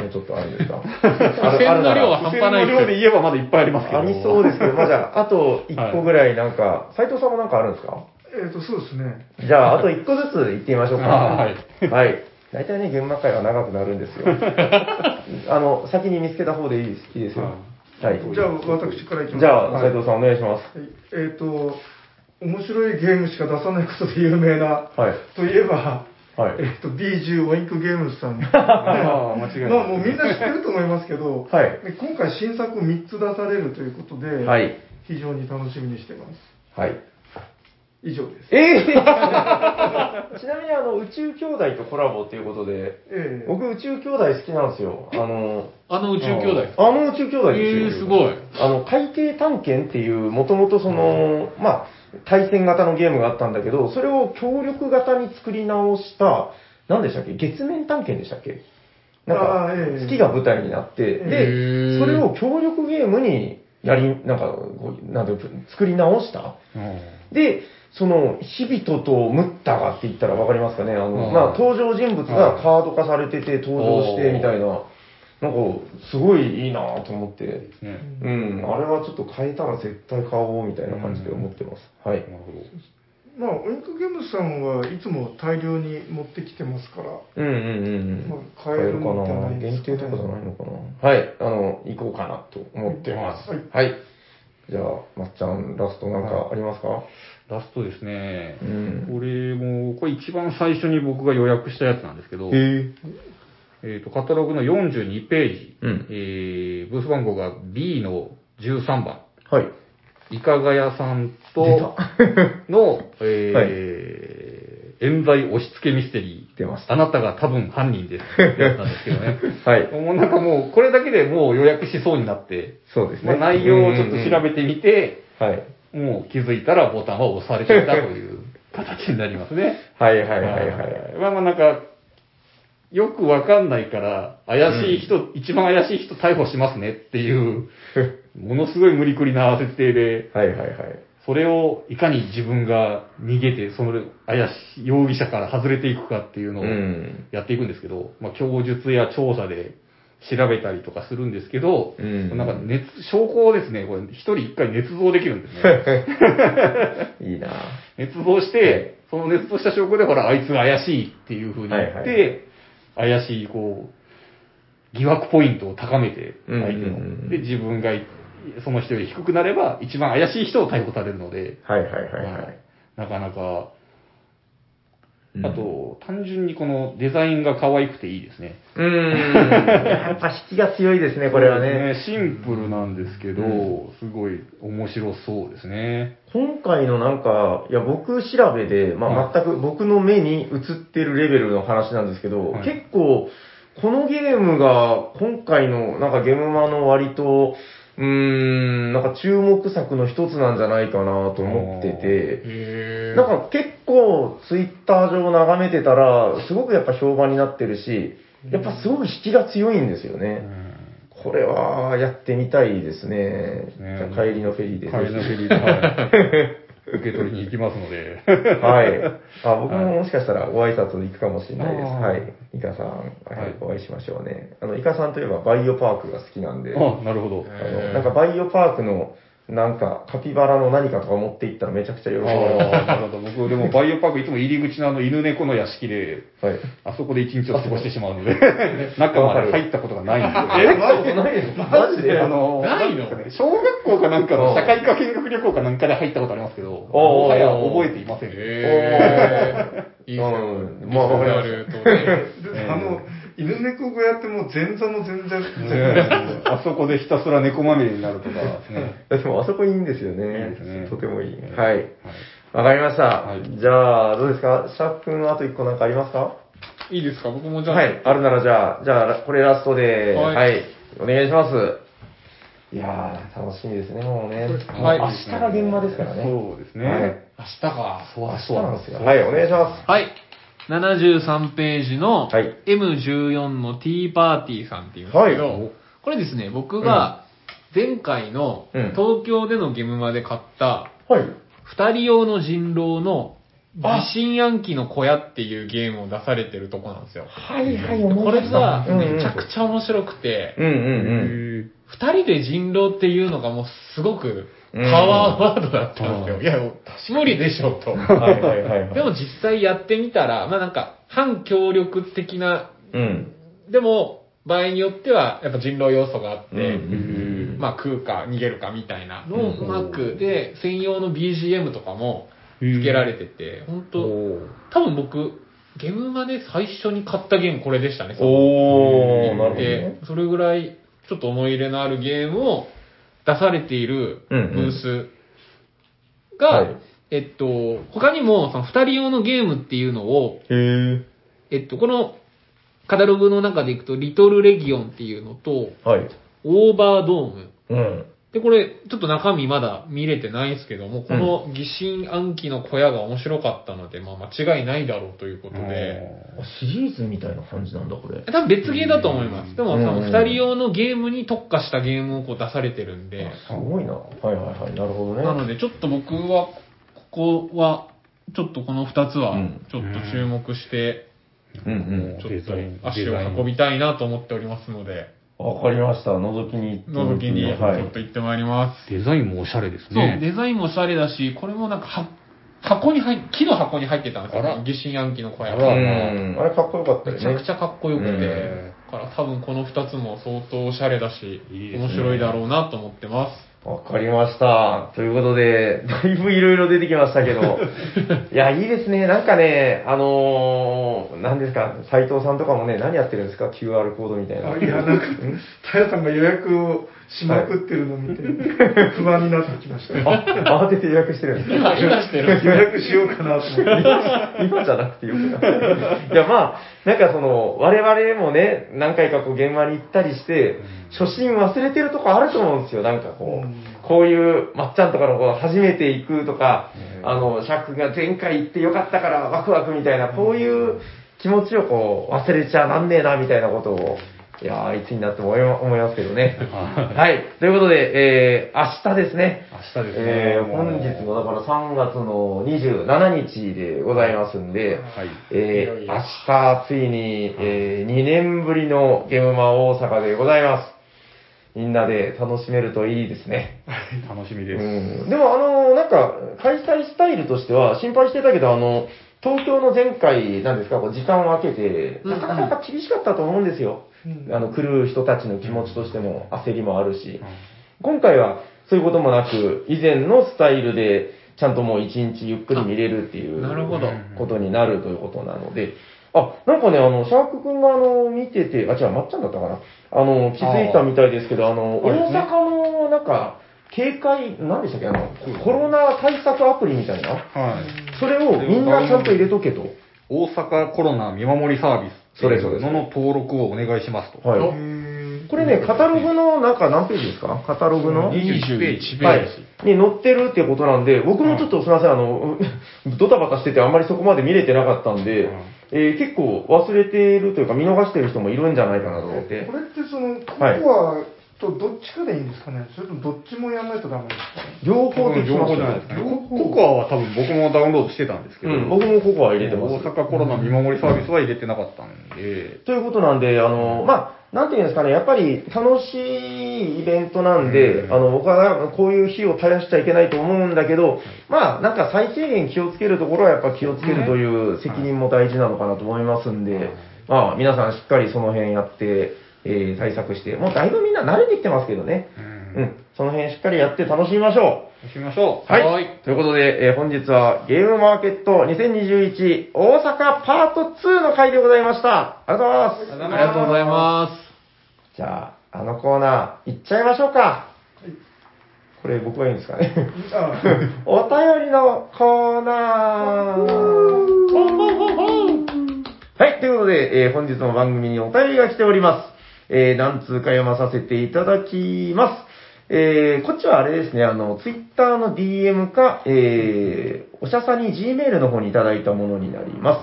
[SPEAKER 4] もうちょっとあるんですかあるあるな
[SPEAKER 2] 付箋の量
[SPEAKER 4] ら
[SPEAKER 2] は半端ない
[SPEAKER 3] 付箋の量で言えばまだいっぱいありますけど。
[SPEAKER 4] ありそうですけど、まあじゃあ、あと1個ぐらいなんか、斉藤さんもなんかあるんですか
[SPEAKER 1] えっ、と、そうですね。
[SPEAKER 4] じゃあ、あと1個ずつ行ってみましょうか。
[SPEAKER 3] あはい。
[SPEAKER 4] はい。大体ね、群馬会は長くなるんですよ。あの、先に見つけた方でいいですいいですよ。はい。
[SPEAKER 1] じゃあ、私からいきます。
[SPEAKER 4] じゃあ、
[SPEAKER 1] はい
[SPEAKER 4] 斉藤さんお願いしま
[SPEAKER 1] はいえっ、と、面白いゲームしか出さないことで有名な、
[SPEAKER 4] す。はい。
[SPEAKER 1] といえば、
[SPEAKER 4] はい
[SPEAKER 1] え。っ、と、B10 オインクゲームズ さん。
[SPEAKER 3] ああ、間違いない。
[SPEAKER 1] まあもうみんな知ってると思いますけど、
[SPEAKER 4] はい
[SPEAKER 1] で今回新作を3つ出されるということで、
[SPEAKER 4] はい
[SPEAKER 1] 非常に楽しみにしてます。
[SPEAKER 4] はい。
[SPEAKER 1] 以上です。
[SPEAKER 4] えー ちなみにあの、宇宙兄弟とコラボっていうことで、
[SPEAKER 1] ええ
[SPEAKER 4] 僕宇宙兄弟好きなんですよ。あの、
[SPEAKER 2] あの宇宙兄弟ですか
[SPEAKER 4] あの宇宙兄弟ですよ。
[SPEAKER 2] えーすごい。
[SPEAKER 4] あの、海底探検っていう、もともとその、まあ、対戦型のゲームがあったんだけど、それを協力型に作り直した、何でしたっけ月面探検でしたっけなん
[SPEAKER 1] あ
[SPEAKER 4] か
[SPEAKER 1] ーええ、
[SPEAKER 4] 月が舞台になって、
[SPEAKER 1] え
[SPEAKER 2] え
[SPEAKER 4] で、それを協力ゲームにやり、なんか、こうなんていうの作り直したで、その、ヒビトとムッタがって言ったらわかりますかね。あの、
[SPEAKER 2] うん
[SPEAKER 4] まあ、登場人物がカード化されてて登場して
[SPEAKER 2] おー
[SPEAKER 4] みたいな、なんか、すごいいいなと思って、
[SPEAKER 3] ね。
[SPEAKER 4] うん、あれはちょっと変えたら絶対買おうみたいな感じで思ってます。はい。
[SPEAKER 3] なるほど。
[SPEAKER 1] まあ、オインクゲームズさんはいつも大量に持ってきてますから、
[SPEAKER 4] うんうんうん
[SPEAKER 1] ま
[SPEAKER 4] うん。
[SPEAKER 1] あ、買えるんじ
[SPEAKER 4] か
[SPEAKER 1] ゃ
[SPEAKER 4] な
[SPEAKER 1] ないです
[SPEAKER 4] 限
[SPEAKER 1] か、ね。
[SPEAKER 4] 定とかじゃないのかなはい、あの、行こうかなと思ってます。
[SPEAKER 1] はい
[SPEAKER 4] はい。じゃあ、まっちゃん、ラストなんかありますか、
[SPEAKER 3] ラストですね。
[SPEAKER 4] うん。
[SPEAKER 3] これも、これ一番最初に僕が予約したやつなんですけど、
[SPEAKER 4] え
[SPEAKER 3] えっ、と、カタログの42ページ、
[SPEAKER 4] うん
[SPEAKER 3] えーブース番号が B の13番、
[SPEAKER 4] はい。
[SPEAKER 3] いかがやさん
[SPEAKER 4] 出
[SPEAKER 3] と
[SPEAKER 4] た、
[SPEAKER 3] の、えー冤罪押し付けミステリー。
[SPEAKER 4] 出ました
[SPEAKER 3] あなたが多分犯人です。ってやったんですけど ね。
[SPEAKER 4] はい。
[SPEAKER 3] もうなんかもう、これだけでもう予約しそうになって、
[SPEAKER 4] そうです
[SPEAKER 3] まあ
[SPEAKER 4] ね。
[SPEAKER 3] 内容をちょっと調べてみて、
[SPEAKER 4] うんうんうんはい。
[SPEAKER 3] もう気づいたらボタンは押されていたという形になりますね。
[SPEAKER 4] はいはいはいはい。
[SPEAKER 3] まあまあなんか、よくわかんないから、怪しい人、一番怪しい人逮捕しますねっていう、ものすごい無理くりな設定で、
[SPEAKER 4] はいはいはい。
[SPEAKER 3] それをいかに自分が逃げて、その怪しい容疑者から外れていくかっていうの
[SPEAKER 4] う
[SPEAKER 3] を
[SPEAKER 4] ん。
[SPEAKER 3] やっていくんですけど、まあ供述や調査で調べたりとかするんですけど、
[SPEAKER 4] うん
[SPEAKER 3] なんか熱、証拠をですね、これ一人一回捏造できるんですね。
[SPEAKER 4] いいな
[SPEAKER 3] 熱望して、その熱望した証拠で、ほら、あいつが怪しいっていう風に言って、
[SPEAKER 4] はいは
[SPEAKER 3] 怪しい、こう、疑惑ポイントを高めて、
[SPEAKER 4] うん
[SPEAKER 3] 相手の。
[SPEAKER 4] うんうん
[SPEAKER 3] で、自分が、その人より低くなれば、一番怪しい人を逮捕されるので、
[SPEAKER 4] はいはいはい
[SPEAKER 3] ま
[SPEAKER 4] はい。
[SPEAKER 3] あなかなか、
[SPEAKER 4] うん
[SPEAKER 3] あと、単純にこのデザインが可愛くていいですね。
[SPEAKER 4] うーん。 やっぱ引きが強いですね、これはね。
[SPEAKER 3] そうですね。シンプルなんですけど、すごい面白そうですね。
[SPEAKER 4] 今回のなんか、いや、僕調べで、ま
[SPEAKER 3] は
[SPEAKER 4] あ
[SPEAKER 3] い
[SPEAKER 4] 全く僕の目に映ってるレベルの話なんですけど、
[SPEAKER 3] はい
[SPEAKER 4] 結構、このゲームが今回のなんかゲームマの割と、うーん、なんか注目作の一つなんじゃないかなと思ってて、
[SPEAKER 2] へ
[SPEAKER 4] なんか結構ツイッター上眺めてたら、すごくやっぱ評判になってるし、やっぱすごく引きが強いんですよ
[SPEAKER 3] う
[SPEAKER 4] ね。
[SPEAKER 3] ん
[SPEAKER 4] これはやってみたいですね。
[SPEAKER 3] ね
[SPEAKER 4] じゃあ帰りのフェリーで。
[SPEAKER 3] 帰りのフェリーで、 はい、受け取りに行きますので。
[SPEAKER 4] はい。あ、僕ももしかしたらご挨拶行くかもしれないです。
[SPEAKER 3] あー
[SPEAKER 4] はい。イカさん、は
[SPEAKER 3] はいい、
[SPEAKER 4] お会いしましょうね。あの、イカさんといえばバイオパークが好きなんで、あ
[SPEAKER 3] あ、なるほど。
[SPEAKER 4] の、なんかバイオパークの、なんか、カピバラの何かとか持って行ったらめちゃくちゃ喜ばれます。
[SPEAKER 3] ああ、なるほど。僕、でも、バイオパーク、いつも入り口のあの、犬猫の屋敷で、
[SPEAKER 4] はい。
[SPEAKER 3] あそこで一日を過ごしてしまう ので、中まで入ったことがないんですよ。
[SPEAKER 4] え、マジでないですマジで
[SPEAKER 3] あの、
[SPEAKER 2] ないの
[SPEAKER 3] んですかね、小学校かなんか
[SPEAKER 4] うん
[SPEAKER 3] の社会科見学旅行かなんかで入ったことありますけど、
[SPEAKER 4] おー
[SPEAKER 3] もはや覚えていません。
[SPEAKER 2] えー、いいですよ
[SPEAKER 4] う。んまあわかりました
[SPEAKER 2] リスナーとね
[SPEAKER 1] であの、犬猫小屋ってもう前座も前座じゃないですか。
[SPEAKER 3] ね あそこでひたすら猫まみれになるとか、ね、
[SPEAKER 4] でもあそこいいんですよ
[SPEAKER 3] い
[SPEAKER 4] ね。
[SPEAKER 3] いですね
[SPEAKER 4] とてもいい。
[SPEAKER 3] うん
[SPEAKER 4] はい。わかりました。じゃあ、どうですかシャープ君、あと一個なんかありますか
[SPEAKER 2] いいですか僕もじゃあ、
[SPEAKER 4] はい、あるならじゃあ、じゃあ、これラストで、は、
[SPEAKER 2] はいい
[SPEAKER 4] お願いします。いやー、楽しみですね、もうね。
[SPEAKER 2] はい
[SPEAKER 4] もう明日が現場ですからね。
[SPEAKER 3] そうですね。
[SPEAKER 4] はい
[SPEAKER 2] 明日か。
[SPEAKER 4] そう、明日なんですよ。はい、お願いしま
[SPEAKER 2] はい。73ページの
[SPEAKER 4] はい
[SPEAKER 2] M14 の T パーティーさんっていうんですけど、
[SPEAKER 4] はい
[SPEAKER 2] これですね、僕が前回の
[SPEAKER 4] うん
[SPEAKER 2] 東京でのゲームまで買った
[SPEAKER 4] す。はい。
[SPEAKER 2] 2人用の人狼の疑心暗鬼の小屋っていうゲームを出されてるとこなんですよ。
[SPEAKER 4] はい、はい、
[SPEAKER 2] こ
[SPEAKER 4] 思い出
[SPEAKER 2] れ
[SPEAKER 4] した
[SPEAKER 2] が
[SPEAKER 4] うんうん
[SPEAKER 2] めちゃくちゃ面白くて、
[SPEAKER 4] うんうん
[SPEAKER 2] 二人で人狼っていうのがもうすごくパワーワードだったんですよ。いや、無理でしょうと。
[SPEAKER 4] うん。はいはいはいはい。
[SPEAKER 2] でも実際やってみたら、まあなんか、反協力的な、
[SPEAKER 4] うん。
[SPEAKER 2] でも、場合によっては、やっぱ人狼要素があって、
[SPEAKER 4] うんうん
[SPEAKER 2] まあ食うか逃げるかみたいなのを
[SPEAKER 4] う
[SPEAKER 2] うんまく、で、専用の BGM とかも付けられてて、本当多分僕、ゲームまで最初に買ったゲームこれでしたね、その
[SPEAKER 4] おー、なるほど、
[SPEAKER 2] で
[SPEAKER 4] ね。、
[SPEAKER 2] それぐらい、ちょっと思い入れのあるゲームを出されているブース
[SPEAKER 4] うんうんは
[SPEAKER 2] が
[SPEAKER 4] い、
[SPEAKER 2] えっと、他にも、その二人用のゲームっていうのを、
[SPEAKER 4] へ
[SPEAKER 2] えっと、このカタログの中でいくと、リトルレギオンっていうのと、
[SPEAKER 4] え。はい。
[SPEAKER 2] オーバードーム。
[SPEAKER 4] うん。
[SPEAKER 2] で、これ、ちょっと中身まだ見れてないんですけども、この疑心暗鬼の小屋が面白かったので、まあ間違いないだろうということで、
[SPEAKER 4] あシリーズみたいな感じなんだ、これ。
[SPEAKER 2] 多分別ゲーだと思います。でも、
[SPEAKER 4] うん
[SPEAKER 2] その二人用のゲームに特化したゲームをこう出されてるんで、
[SPEAKER 4] すごいな。はいはいはい。なるほどね。
[SPEAKER 2] なので、ちょっと僕は、ここは、ちょっとこの2つは
[SPEAKER 4] うん、
[SPEAKER 2] ちょっと注目して、
[SPEAKER 4] うんうん。
[SPEAKER 2] ちょっと足を運びたいなと思っておりますので、
[SPEAKER 4] わかりました。覗きに行
[SPEAKER 2] 覗
[SPEAKER 4] って
[SPEAKER 2] きにち
[SPEAKER 4] は
[SPEAKER 2] ょっ
[SPEAKER 4] い
[SPEAKER 2] と。行ってまいります。
[SPEAKER 6] デザインもおしゃれです
[SPEAKER 2] そう、
[SPEAKER 6] ね。
[SPEAKER 2] デザインもおしゃれだし、これもなんかは、箱に入っ、木の箱に入ってたんですよ、この疑心暗鬼の小屋
[SPEAKER 4] う
[SPEAKER 2] が。
[SPEAKER 4] ん。あれかっこよかったよね。
[SPEAKER 2] めちゃくちゃかっこよくて、
[SPEAKER 4] うん
[SPEAKER 2] だから多分この2つも相当おしゃれだし、
[SPEAKER 6] いいですね
[SPEAKER 2] 面白いだろうなと思ってます。
[SPEAKER 4] わかりました。ということで、だいぶいろいろ出てきましたけ ど、いや、いいですね。なんかね、あのー、何ですか、斎藤さんとかもね、何やってるんですか ?QR コードみたいな。
[SPEAKER 1] あいや、なんか、平さんが予約をしまくってるのを見て、不安になってき ました。
[SPEAKER 4] あ、慌てて予約してるんですか
[SPEAKER 2] 今してる。
[SPEAKER 1] 予約しようかなと思って。
[SPEAKER 4] 今じゃなくてよくない。いや、まあ、なんかその、我々もね、何回かこう現場に行ったりして、初心忘れてるとこあると思うんですよ。なんかこ
[SPEAKER 1] うん
[SPEAKER 4] う、こういう、まっちゃんとかのこう初めて行くとか、あの、シャークが前回行ってよかったからワクワクみたいな、こういう気持ちをこう、忘れちゃなんねえな、みたいなことを、いやー、いつになっても思いま思いますけどね。 はい。ということで、えー、明日ですね。
[SPEAKER 6] 明日ですね。
[SPEAKER 4] えー
[SPEAKER 6] もう
[SPEAKER 4] 本日の、だから3月の27日でございますんで、
[SPEAKER 6] はい。
[SPEAKER 4] えー明日、ついに、え2年ぶりのゲムマ大阪でございます。みんなで楽しめるといいですね。
[SPEAKER 6] 楽しみ
[SPEAKER 4] う
[SPEAKER 6] です。
[SPEAKER 4] ん、でも、あのなんか、開催スタイルとしては、心配してたけど、あの、東京の前回、なんですか、こう時間を空けて、なかなか厳しかったと思うんですよ。
[SPEAKER 1] うん
[SPEAKER 4] あの、来る人たちの気持ちとしても焦りもあるし、今回はそういうこともなく、以前のスタイルで、ちゃんともう一日ゆっくり見れるっていう
[SPEAKER 2] あなるほど
[SPEAKER 4] ことになるということなので、あ、なんかね、あの、シャーク君があの、見てて、あ、違う、まっちゃんだったかな。あの、気づいたみたいですけど、あの、
[SPEAKER 6] あれで
[SPEAKER 4] 大
[SPEAKER 6] すね
[SPEAKER 4] 阪の、なんか、警戒、何でしたっけ、あの、コロナ対策アプリみたいな。
[SPEAKER 6] はい。
[SPEAKER 4] それをみんなちゃんと入れとけと。
[SPEAKER 6] 大阪コロナ見守りサービスって
[SPEAKER 4] そ
[SPEAKER 6] い
[SPEAKER 4] れそれ
[SPEAKER 6] うのの登録をお願いしますと。
[SPEAKER 4] はい。
[SPEAKER 1] へ
[SPEAKER 4] これね、カタログの、なんか何ページですかカタログの。
[SPEAKER 2] 21ページ。
[SPEAKER 4] はい。に載ってるってことなんで、僕もちょっとすみません、あの、 ドタバタしててあんまりそこまで見れてなかったんで、えー結構忘れてるというか見逃してる人もいるんじゃないかなと思っ
[SPEAKER 1] ー
[SPEAKER 4] て
[SPEAKER 1] こ。れってその、ココアとどっちかでいいんですかねそれともどっちもやんないとダメですか
[SPEAKER 4] 両方でき
[SPEAKER 6] 情
[SPEAKER 4] ま
[SPEAKER 6] 報
[SPEAKER 4] し
[SPEAKER 6] じゃ
[SPEAKER 4] た
[SPEAKER 6] ないで
[SPEAKER 4] ね
[SPEAKER 6] すかね。ココアは多分僕もダウンロードしてたんですけ
[SPEAKER 4] う
[SPEAKER 6] ど、
[SPEAKER 4] ん、僕もここは入れてます。
[SPEAKER 6] 大阪コロナ見守りサービスは入れてなかったんで、
[SPEAKER 4] ということなんで、あの、まあ、なんていうんですかね、やっぱり楽しいイベントなんで、あの、僕はこういう火を絶やしちゃいけないと思うんだけど、まあ、なんか最低限気をつけるところはやっぱ気をつけるという責任も大事なのかなと思いますんで、まあ、皆さんしっかりその辺やって、えー対策して、もうだいぶみんな慣れてきてますけどね。うん。その辺しっかりやって楽しみましょう。
[SPEAKER 6] 行きましょう。
[SPEAKER 4] はい。
[SPEAKER 2] はい
[SPEAKER 4] ということで、えー本日はゲームマーケット2021大阪パート2の回でございました。ありがとうございます。
[SPEAKER 2] ありがとうございます。
[SPEAKER 4] じゃあ、あのコーナー、行っちゃいましょうか。これ僕が言うんですかね。
[SPEAKER 1] あ
[SPEAKER 4] お便りのコーナー。はい、ということで、えー本日の番組にお便りが来ております。えー何通か読まさせていただきます。えーこっちはあれですね、あの、ツイッターの DM か、えーおしゃさに Gmail の方にいただいたものになります。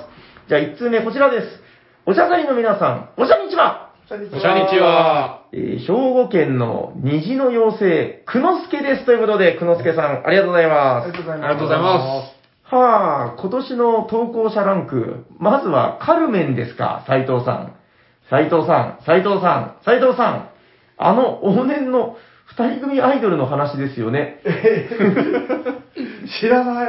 [SPEAKER 4] じゃあ、1通目こちらです。おしゃさにの皆さん、おしゃにちは
[SPEAKER 1] こんにち
[SPEAKER 2] お
[SPEAKER 1] は
[SPEAKER 2] しゃにちは。
[SPEAKER 4] えー兵庫県の虹の妖精、くのすけです。ということで、くのすけさん、ありがとうございます。。
[SPEAKER 1] ありがとうございます
[SPEAKER 2] ありがとうございます
[SPEAKER 4] はあ、今年の投稿者ランク、まずはカルメンですか、斉藤さん。斉藤さん、斉藤さん、斉藤さん。あの往年の二人組アイドルの話です よね。
[SPEAKER 1] 知ら ない。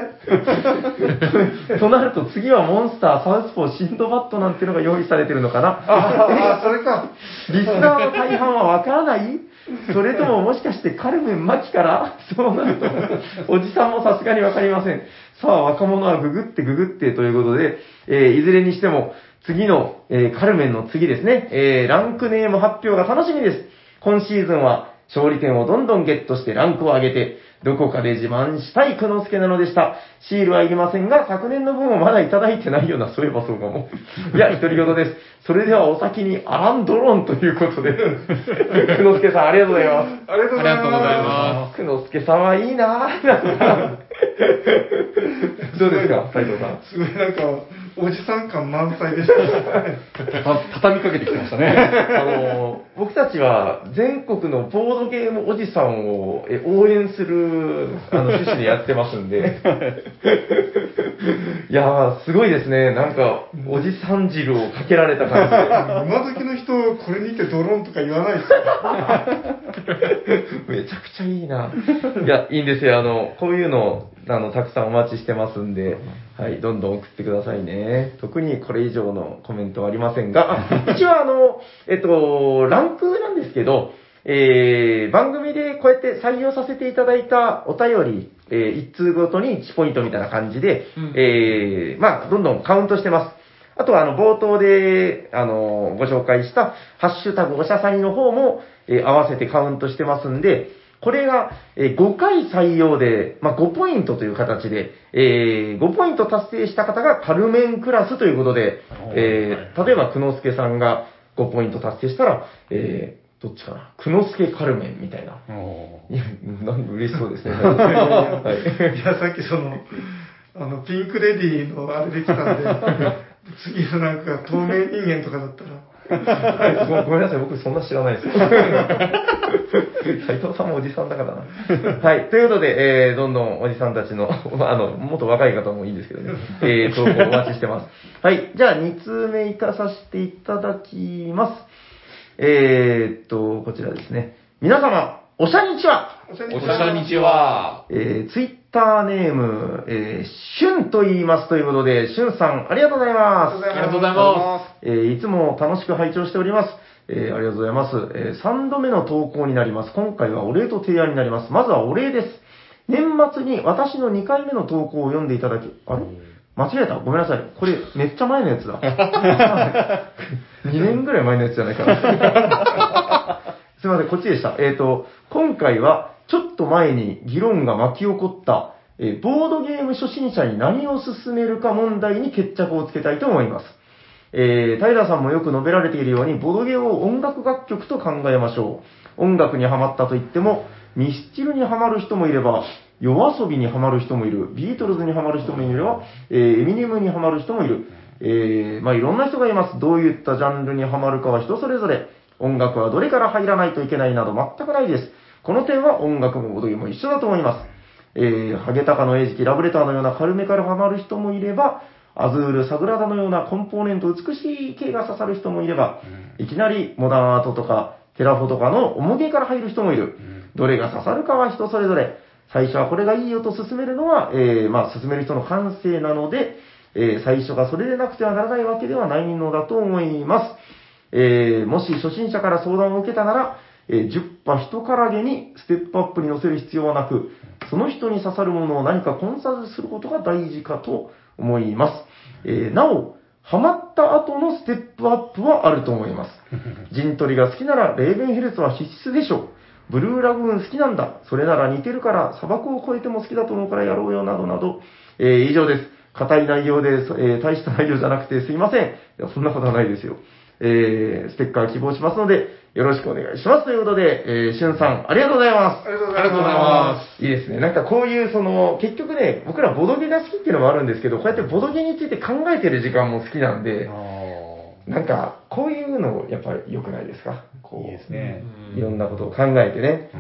[SPEAKER 4] となると次はモンスター、サウスポー、シンドバッドなんてのが用意されてるのかな。
[SPEAKER 1] ああ、それか。
[SPEAKER 4] リスナーの大半はわからないそれとももしかしてカルメン・マキからそうなると、おじさんもさすがにわかりません。さあ、若者はググってググってということで、えーいずれにしても、次の、えーカルメンの次ですね、えーランクネーム発表が楽しみです。今シーズンは、勝利点をどんどんゲットしてランクを上げて、どこかで自慢したい久之助なのでした。シールはいりませんが、昨年の分をまだいただいてないような、そういえばそうかも。いや、独り言です。それではお先にアランドロンということで。久之助さん、ありがとうございます。
[SPEAKER 1] ありがとうご
[SPEAKER 2] あり
[SPEAKER 1] ざい
[SPEAKER 2] がと
[SPEAKER 1] ま
[SPEAKER 2] うございま
[SPEAKER 4] 久之助さんはいいなぁ。なんかどうですか、斉藤さん。
[SPEAKER 1] す。すごいなんか、おじさん感満載でした。
[SPEAKER 6] 畳みかけてきてましたね。
[SPEAKER 4] あの僕たちは全国のボードゲームおじさんをえ応援するあの趣旨でやってますんで、いやー、すごいですね、なんか、おじさん汁をかけられた感
[SPEAKER 1] 今時の人、これにてドローンとか言わないですよ。
[SPEAKER 4] じ で、めちゃくちゃいいな、いや、いいんですよ、あのこういうのあのたくさんお待ちしてますんで、はい、どんどん送ってくださいね、特にこれ以上のコメントはありませんが、あ一応あの、えっと、ランクなんですけど、えー番組でこうやって採用させていただいたお便り、え1通ごとに1ポイントみたいな感じで、
[SPEAKER 2] うん
[SPEAKER 4] えーまあ、どんどんカウントしてます。あとは、あの、冒頭で、あの、ご紹介した、ハッシュタグおしゃさんの方も、えー合わせてカウントしてますんで、これが、えー5回採用で、まあ、5ポイントという形で、えー5ポイント達成した方がカルメンクラスということで、えー例えば、久之助さんが5ポイント達成したら、えーどっちかな久之助カルメンみたいな。 いや、なんか嬉しそうです ね。はい
[SPEAKER 1] いや、さっきその、あの、ピンクレディーのあれで来た んで、次のなんか透明人間とかだったら、
[SPEAKER 4] はい ごごめんなさい、僕そんな知らないです。斉藤さんもおじさんだからな。はい。ということで、えーどんどんおじさんたちの、 まああの、もっと若い方もいいんですけどね、えー投稿お待ちしてます。はい。じゃあ、2通目行かさせていただきます。えーっと、こちらですね。皆様、おしゃにちは
[SPEAKER 1] おしゃ
[SPEAKER 2] す。おしゃにちは。
[SPEAKER 4] えー、ツイッターネーム、えー、しゅんと言いますということで、しゅんさん、ありがとうございます。
[SPEAKER 2] ありがとうございま
[SPEAKER 4] えーいつも楽しく拝聴しております。えーありがとうございます。え3度目の投稿になります。今回はお礼と提案になります。まずはお礼です。年末に私の2回目の投稿を読んでいただき、あれ間違えたごめんなさい。これめっちゃ前のやつだ。2年ぐらい前のやつじゃないかな。 すいません、こっちでした。えっ、と、今回は、ちょっと前に議論が巻き起こった、えーボードゲーム初心者に何を進めるか問題に決着をつけたいと思います。えー、平さんもよく述べられているように、ボドゲを音楽楽曲と考えましょう。音楽にハマったといっても、ミスチルにハマる人もいれば、夜遊びにハマる人もいる、ビートルズにハマる人もいれば、えーエミネムにハマる人もいる。えー、まあいろんな人がいます。どういったジャンルにハマるかは人それぞれ。音楽はどれから入らないといけないなど全くないです。この点は音楽もボドゲも一緒だと思います。えーハゲタカの餌食、ラブレターのような軽めからハマる人もいれば、アズール、サグラダのようなコンポーネント、美しい系が刺さる人もいれば、いきなりモダンアートとか、テラフォとかの重げから入る人もいる。どれが刺さるかは人それぞれ。最初はこれがいいよと勧めるのは、えーまあ、勧める人の感性なので、えー最初がそれでなくてはならないわけではないのだと思います。えーもし初心者から相談を受けたなら、えー10波一からげにステップアップに乗せる必要はなく、その人に刺さるものを何かコンサルすることが大事かと思います。えーなお、ハマった後のステップアップはあると思います。陣取りが好きならレーベンヘルツは必須でしょう。ブルーラグーン好きなんだ。それなら似てるから砂漠を越えても好きだと思うからやろうよなどなど。えー以上です。硬い内容で、そえー大した内容じゃなくてすいません。いや、そんなことはないですよ。えーステッカー希望しますので、よろしくお願いします。ということで、えー、しゅんさん、ありがとうございま
[SPEAKER 1] あ
[SPEAKER 4] す。
[SPEAKER 1] りがとうご。
[SPEAKER 2] ありがとうございます
[SPEAKER 4] いいですね。なんかこういう、その、結局ね、僕らボドゲが好きっていうのもあるんですけど、こうやってボドゲについて考えてる時間も好きなんで、なんか、こういうの、やっぱり良くないですかこう、い
[SPEAKER 6] ですね。
[SPEAKER 2] うん
[SPEAKER 4] ろんなことを考えてね。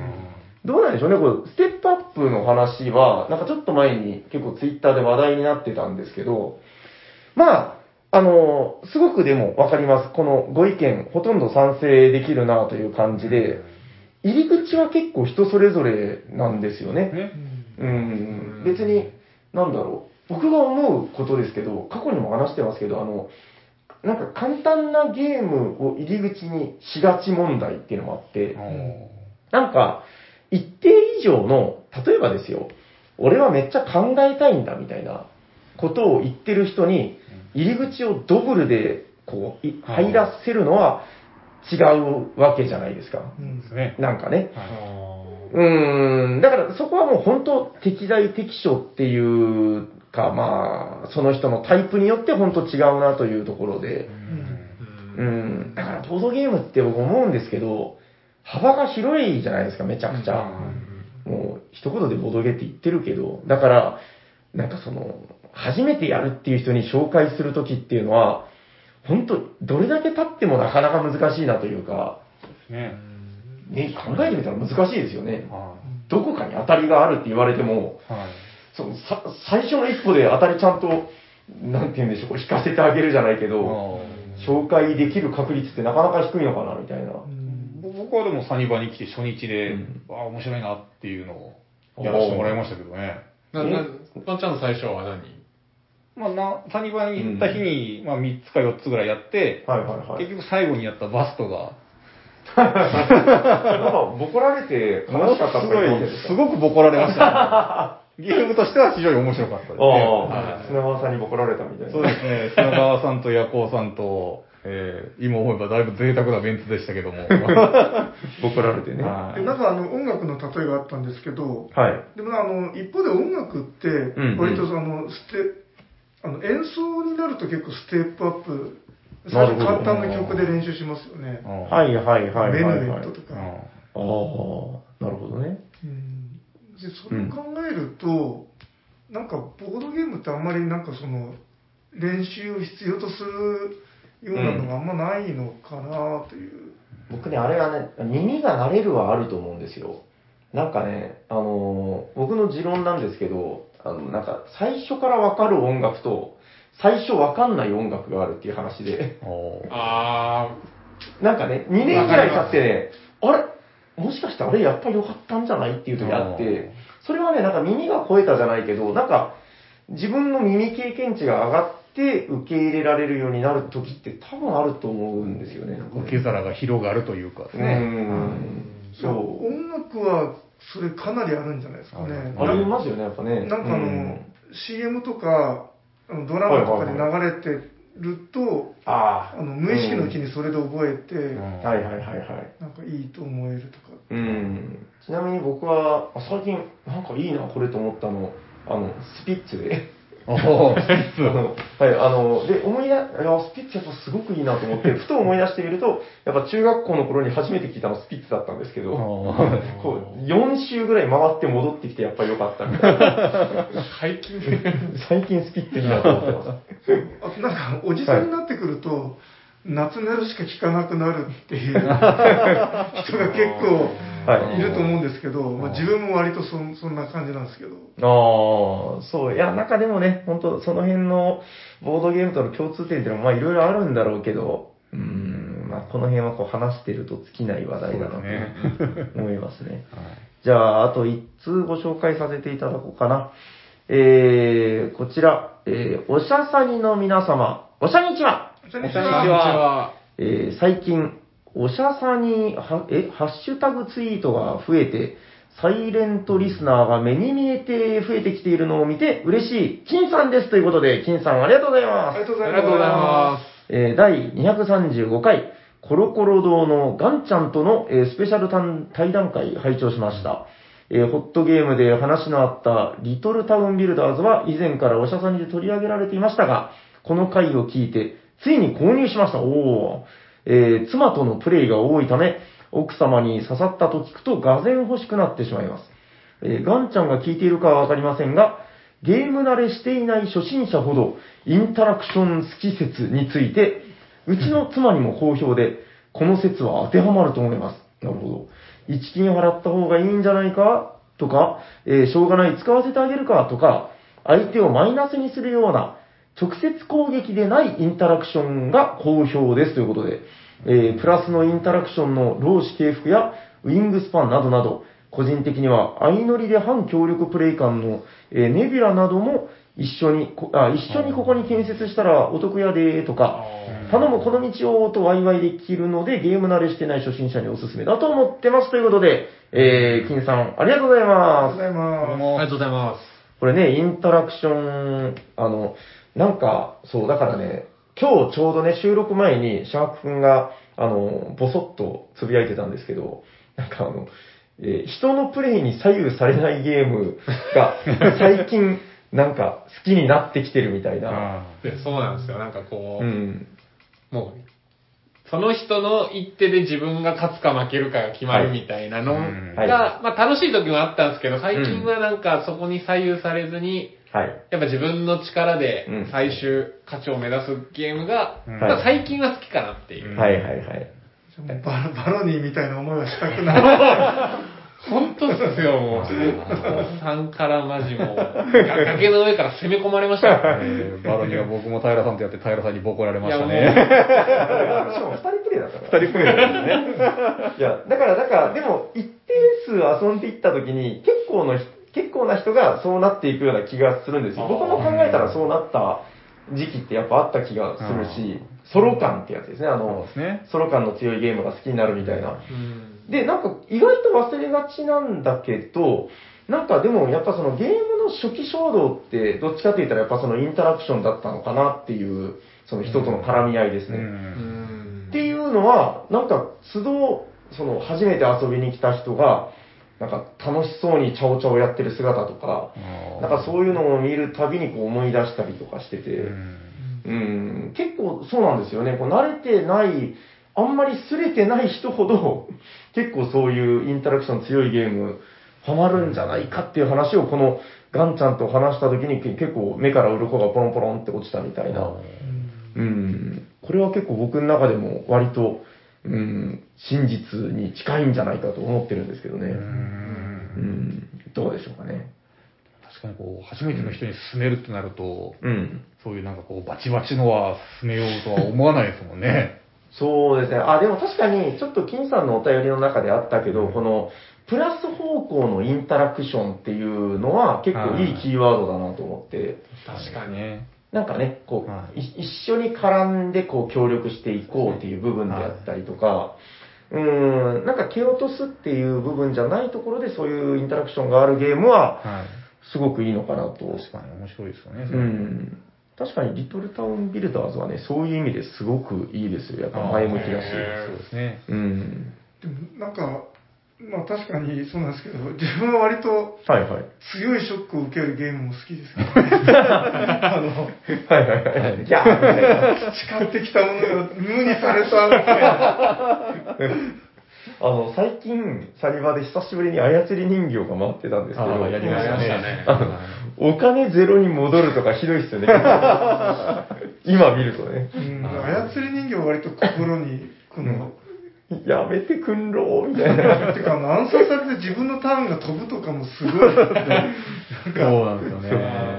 [SPEAKER 4] どうなんでしょうね、こう、ステップアップの話は、なんかちょっと前に結構ツイッターで話題になってたんですけど、まあ、あの、すごくでもわかります。このご意見、ほとんど賛成できるなという感じで、入り口は結構人それぞれなんですよね。うん、別に、なんだろう。僕が思うことですけど、過去にも話してますけど、あの、なんか簡単なゲームを入り口にしがち問題っていうのもあって、なんか、一定以上の、例えばですよ、俺はめっちゃ考えたいんだみたいなことを言ってる人に、入り口をドブルでこうい入らせるのは、違うわけじゃないですか。
[SPEAKER 1] うん
[SPEAKER 2] ですね。
[SPEAKER 4] なんかね。
[SPEAKER 2] あー
[SPEAKER 4] うーん、だからそこはもう本当適材適所っていうか、まあ、その人のタイプによって本当違うなというところで、
[SPEAKER 1] うん
[SPEAKER 2] うん
[SPEAKER 4] うん、だからボードゲームって僕思うんですけど、幅が広いじゃないですか、めちゃくちゃ。もう一言でボードゲーって言ってるけど、だから、なんかその、初めてやるっていう人に紹介するときっていうのは、本当どれだけ経ってもなかなか難しいなというか、
[SPEAKER 6] ね。
[SPEAKER 4] ね、考えてみたら難しいですよね。
[SPEAKER 6] は
[SPEAKER 4] どこかに当たりがあるって言われても、
[SPEAKER 6] い。はい。
[SPEAKER 4] そのさ最初の一歩で当たりちゃんと、なんて言うんでしょう、引かせてあげるじゃないけど、紹介できる確率ってなかなか低いのかな、みたいな。
[SPEAKER 6] ぼ僕はでもサニバに来て初日で、
[SPEAKER 4] うん
[SPEAKER 6] ああ、面白いなっていうのをやらせてもらいましたけどね。
[SPEAKER 2] な、な、ワンちゃんの最初は何
[SPEAKER 6] まあ、なサニバに行った日に、まあ、3つか4つぐらいやって、
[SPEAKER 4] はいはいはい。
[SPEAKER 6] 結局最後にやったバストが、
[SPEAKER 4] なんか、ボコられて悲しかったとか言ってました
[SPEAKER 6] すごい、すごくボコられました、 ね。ゲームとしては非常に面白かったですね。
[SPEAKER 4] あ
[SPEAKER 6] は
[SPEAKER 4] あ、
[SPEAKER 6] い
[SPEAKER 4] 砂川さんにボコられたみたい
[SPEAKER 6] そう
[SPEAKER 4] な。
[SPEAKER 6] ですね、砂川さんと夜行さんと、えー今思えばだいぶ贅沢なベンツでしたけども。
[SPEAKER 4] ボコられてね。は
[SPEAKER 6] は
[SPEAKER 1] で
[SPEAKER 6] い
[SPEAKER 1] なんかあの音楽の例えがあったんですけど、
[SPEAKER 4] い。
[SPEAKER 1] でもあの一方で音楽って
[SPEAKER 4] んうん
[SPEAKER 1] 割とそのステ、あの演奏になると結構ステップアップ最
[SPEAKER 4] なるほど
[SPEAKER 1] 初簡単な曲で練習しますよね
[SPEAKER 6] う。ん
[SPEAKER 4] はいはいはいはい、
[SPEAKER 1] ベ
[SPEAKER 4] はい。
[SPEAKER 1] ヌエットとか。
[SPEAKER 6] う
[SPEAKER 4] ああ、なるほどね。
[SPEAKER 1] うんでそれを考えると、なんかボードゲームってあんまりなんかその練習を必要とするようなのがあんまないのかなという、
[SPEAKER 4] 僕ね、あれはね、耳が慣れるはあると思うんですよ。なんかね、あのー僕の持論なんですけど、あの、なんか、最初からわかる音楽と、最初わかんない音楽があるっていう話で、
[SPEAKER 6] んおー
[SPEAKER 2] あ
[SPEAKER 4] なんかね、2年ぐらい経ってね、あれもしかしてあれやっぱ良かったんじゃないっていう時あっ
[SPEAKER 6] う
[SPEAKER 4] て
[SPEAKER 6] ん、
[SPEAKER 4] それはね、なんか耳が超えたじゃないけど、なんか、自分の耳経験値が上がって受け入れられるようになる時って多分あると思うんですよね。なんかね
[SPEAKER 6] 受け皿が広がるというかです
[SPEAKER 4] う
[SPEAKER 6] ね。
[SPEAKER 4] ん。そう。
[SPEAKER 1] 音楽はそれかなりあるんじゃないですかね。
[SPEAKER 6] あ
[SPEAKER 4] あ
[SPEAKER 1] な
[SPEAKER 4] りますよね、やっぱね。
[SPEAKER 1] なんかあの、
[SPEAKER 4] う
[SPEAKER 1] CM とかあのドラマとかで流れてると、
[SPEAKER 4] あ
[SPEAKER 1] あ
[SPEAKER 4] あ
[SPEAKER 1] の無意識のうちにそれで覚えて、
[SPEAKER 6] うん
[SPEAKER 4] はいはいはいはい。
[SPEAKER 1] なんかいいと思えるとか、
[SPEAKER 4] うん。ちなみに僕は、あ最近、なんかいいな、これと思ったの、あの、スピッツで。
[SPEAKER 6] おー
[SPEAKER 4] あのはい、あの、で、思い出、いや、スピッツやっぱすごくいいなと思って、ふと思い出してみると、やっぱ中学校の頃に初めて聞いたのスピッツだったんですけど、
[SPEAKER 6] お
[SPEAKER 4] こ
[SPEAKER 6] ー
[SPEAKER 4] う、4周ぐらい回って戻ってきて、やっぱ良かったみたいな。
[SPEAKER 2] あ、解禁で。
[SPEAKER 4] 最近スピッツいいなと思ってます。
[SPEAKER 1] あとなんかおじさんになってくると、夏メロしか聴かなくなるって いう人が結構
[SPEAKER 4] はい
[SPEAKER 1] いると思うんですけど、まあ、自分も割とそんそんな感じなんですけど、
[SPEAKER 4] ああ、そう。いや、中でもね、本当その辺のボードゲームとの共通点っていうのは、まあ、いろいろあるんだろうけど、うーん、まあ、この辺はこう話してると尽きない話題だ
[SPEAKER 6] そう
[SPEAKER 4] な
[SPEAKER 6] ですね。
[SPEAKER 4] と思いますね。
[SPEAKER 6] はい
[SPEAKER 4] じゃあ、あと1通ご紹介させていただこうかな。えー、こちら、えー、おしゃさにの皆様、おしゃにちは
[SPEAKER 1] こん
[SPEAKER 2] こん
[SPEAKER 1] に
[SPEAKER 2] に
[SPEAKER 1] ち
[SPEAKER 2] ち
[SPEAKER 1] は
[SPEAKER 2] は。
[SPEAKER 4] えー最近、おしゃさには、え、ハッシュタグツイートが増えて、サイレントリスナーが目に見えて増えてきているのを見て嬉しい、金さんですということで、金さんありがとうござい
[SPEAKER 1] あ
[SPEAKER 4] ます
[SPEAKER 1] りが。とうご
[SPEAKER 2] あ
[SPEAKER 1] ざい
[SPEAKER 2] りがとうござ
[SPEAKER 1] ま
[SPEAKER 2] います。
[SPEAKER 4] えー第235回、コロコロ堂のガンちゃんとの、えースペシャル単対談会拝聴しました。えーホットゲームで話のあったリトルタウンビルダーズは以前からおしゃさにで取り上げられていましたが、この回を聞いて、ついに購入しました。おー。えー妻とのプレイが多いため、奥様に刺さったと聞くと、がぜん欲しくなってしまいます。えーガンちゃんが聞いているかはわかりませんが、ゲーム慣れしていない初心者ほど、インタラクション好き説について、うちの妻にも好評で、この説は当てはまると思います。なるほど。一金払った方がいいんじゃないかとか、えーしょうがない使わせてあげるかとか、相手をマイナスにするような、直接攻撃でないインタラクションが好評ですということで、えープラスのインタラクションの労使系服やウィングスパンなどなど、個人的には相乗りで反協力プレイ感の、えーネビュラなども一緒にこあ、一緒にここに建設したらお得やでとか、頼むこの道をとワイワイできるので、ゲーム慣れしてない初心者におすすめだと思ってますということで、えー、金さん、ありがとうございます
[SPEAKER 1] あり。がとうございます。
[SPEAKER 2] ありがとうございます。
[SPEAKER 4] これね、インタラクション、あの、なんか、そう、だからね、今日ちょうどね、収録前に、シャーク君が、あの、ぼそっとつぶやいてたんですけど、なんかあの、えー人のプレイに左右されないゲームが最近なんか好きになってきてるみたいな。
[SPEAKER 6] あ
[SPEAKER 2] でそうなんですよ。なんかこ
[SPEAKER 4] う
[SPEAKER 2] う、
[SPEAKER 4] ん。
[SPEAKER 2] もう、その人の一手で自分が勝つか負けるかが決まるみたいなのが、
[SPEAKER 6] はいうん
[SPEAKER 4] はい
[SPEAKER 2] まあ楽しい時もあったんですけど、最近はなんかそこに左右されずに、
[SPEAKER 4] はい。
[SPEAKER 2] やっぱ自分の力で
[SPEAKER 4] うん
[SPEAKER 2] 最終価値を目指すゲームが、
[SPEAKER 6] うん
[SPEAKER 2] まあ最近は好きかなっていう。
[SPEAKER 4] はいはいはい。
[SPEAKER 1] バロバロニーみたいな思いはしたくない。
[SPEAKER 2] 本当ですよ、もう。おっさんからマ ジもう、崖の上から攻め込まれましたよ。
[SPEAKER 6] えーバロニーは僕も平さんとやって平さんにボコられま
[SPEAKER 2] いや
[SPEAKER 6] し
[SPEAKER 2] も
[SPEAKER 6] た
[SPEAKER 2] う、
[SPEAKER 6] ね。
[SPEAKER 4] しかも二人プレイだったから。
[SPEAKER 6] 二人プレイですね。
[SPEAKER 4] いや、だから、なんか、でも、一定数遊んでいったときに、結構の、結構な人がそうなっていくような気がするんですよ。
[SPEAKER 2] あー
[SPEAKER 4] 僕も考えたらそうなった時期ってやっぱあった気がするし、ソロ感ってやつですね。あ
[SPEAKER 6] そう
[SPEAKER 4] の
[SPEAKER 6] で、すね。
[SPEAKER 4] ソロ感の強いゲームが好きになるみたいな。
[SPEAKER 2] うん
[SPEAKER 4] で、なんか意外と忘れがちなんだけど、なんかでもやっぱそのゲームの初期衝動ってどっちかと言ったらやっぱそのインタラクションだったのかなっていう、その人との絡み合いです
[SPEAKER 6] う。
[SPEAKER 4] ね。
[SPEAKER 2] うんん
[SPEAKER 4] っていうのは、なんか、都度、その、初めて遊びに来た人が、なんか、楽しそうにチャオチャオやってる姿とか、なんかそういうのを見るたびにこう思い出したりとかして
[SPEAKER 6] う
[SPEAKER 4] て、
[SPEAKER 6] ん
[SPEAKER 4] うん、結構そうなんですよね。こう慣れてない、あんまりすれてない人ほど、 結構そういうインタラクション強いゲーム、ハマるんじゃないかっていう話を、この、ガンちゃんと話した時にけ結構目から鱗がポロンポロンって落ちたみたいな。うん、これは結構僕の中でも割と、うん、真実に近いんじゃないかと思ってるんですけどね。うん、どうでしょうかね。
[SPEAKER 6] 確かにこう、初めての人に勧めるってなると、
[SPEAKER 4] うん。
[SPEAKER 6] そういうなんかこう、バチバチのは勧めようとは思わないですもんね。
[SPEAKER 4] そうですね。あ、でも確かに、ちょっと金さんのお便りの中であったけど、この、プラス方向のインタラクションっていうのは結構いいキーワードだなと思って、
[SPEAKER 2] 確かに。
[SPEAKER 6] ね。
[SPEAKER 4] なんかね、こ
[SPEAKER 6] は
[SPEAKER 4] う、い一緒に絡んでこう協力していこうっていう部分であったりとか、うーん、なんか蹴落とすっていう部分じゃないところでそういうインタラクションがあるゲームは、
[SPEAKER 6] はい。
[SPEAKER 4] すごくいいのかなと。
[SPEAKER 6] 確かに面白いですよね。
[SPEAKER 4] う。ん。確かに、リトルタウンビルダーズはね、そういう意味ですごくいいですよ。やっぱ前向きだし。
[SPEAKER 2] へ
[SPEAKER 6] そうですね。
[SPEAKER 4] うん。
[SPEAKER 1] でもなんか、まあ確かにそうなんですけど、自分は割と
[SPEAKER 4] はいはい。
[SPEAKER 1] 強いショックを受けるゲームも好きですけど、 ね、あの、
[SPEAKER 4] はいはい はい。ギャーみたいな。
[SPEAKER 1] 培ってきたものが無にされたみたいな。
[SPEAKER 4] あの、最近、サリバで久しぶりに操り人形が回ってたんですけ
[SPEAKER 6] ああ、やり
[SPEAKER 4] ど、
[SPEAKER 6] ました
[SPEAKER 2] やりまし
[SPEAKER 6] ね。
[SPEAKER 2] た
[SPEAKER 4] お金ゼロに戻るとかひどいっすよ ね。今見るとね。
[SPEAKER 1] うん、操り人形は割と心にくの。
[SPEAKER 4] やめてくんろーみたいな。
[SPEAKER 1] てか、あの暗殺されて自分のターンが飛ぶとかもすごい。
[SPEAKER 6] そ うなんですよ
[SPEAKER 2] あ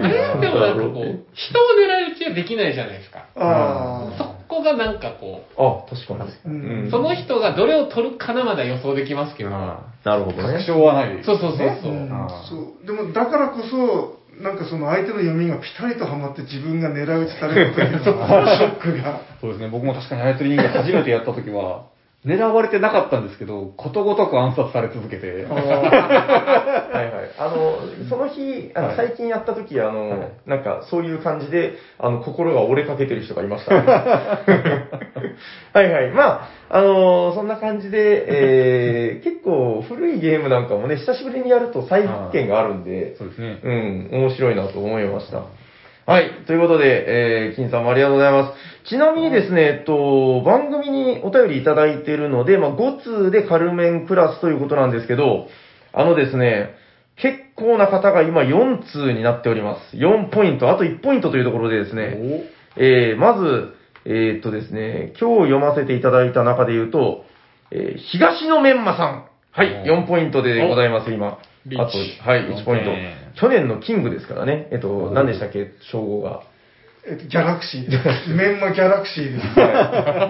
[SPEAKER 6] ね。
[SPEAKER 2] れはでもなんかこう、人を狙い撃ちはできないじゃないですか。
[SPEAKER 1] あ
[SPEAKER 2] そ
[SPEAKER 1] あ。
[SPEAKER 2] こがなんかこ
[SPEAKER 4] あ、確かに。
[SPEAKER 1] う
[SPEAKER 4] うんん
[SPEAKER 2] う、その人がどれを取るかなまだ予想できますけど。
[SPEAKER 4] なるほど
[SPEAKER 6] 確
[SPEAKER 4] ね。
[SPEAKER 6] 証はない。
[SPEAKER 2] そうそうそうそうう。
[SPEAKER 1] ん
[SPEAKER 6] あー
[SPEAKER 1] そうでもだからこそなんかその相手の読みがピタリとはまって自分が狙い撃ちされることにの ショックが
[SPEAKER 6] そうですね、僕も確かに操り人形初めてやった時は、狙われてなかったんですけど、ことごとく暗殺され続けて、
[SPEAKER 4] はいはい。あの、その日、あの
[SPEAKER 6] はい
[SPEAKER 4] 最近やった時、あの、
[SPEAKER 6] はい
[SPEAKER 4] なんかそういう感じで、あの、心が折れかけてる人がい ました、ね。はいはい。まあ、あのそんな感じで、えー、結構古いゲームなんかもね、久しぶりにやると再発見があるんで、
[SPEAKER 6] そうですね。
[SPEAKER 4] うん、面白いなと思いました。はい。ということで、えー、金さんもありがとうございます。ちなみにですね、えっと、番組にお便りいただいているので、まあ、5通でカルメンクラスということなんですけど、あのですね、結構な方が今4通になっております。4ポイント、あと1ポイントというところでですね、えー、まず、えーっとですね、今日読ませていただいた中で言うと、えー東のメンマさん。はい、
[SPEAKER 6] お
[SPEAKER 4] 4ポイントでございます、今。
[SPEAKER 2] リー
[SPEAKER 4] あ
[SPEAKER 2] チ
[SPEAKER 4] と、はい、1ポイント
[SPEAKER 6] 四点。
[SPEAKER 4] 去年のキングですからね。えっと、何でしたっけ、称号が。
[SPEAKER 1] えっとギャラクシーですメンマギャラクシーです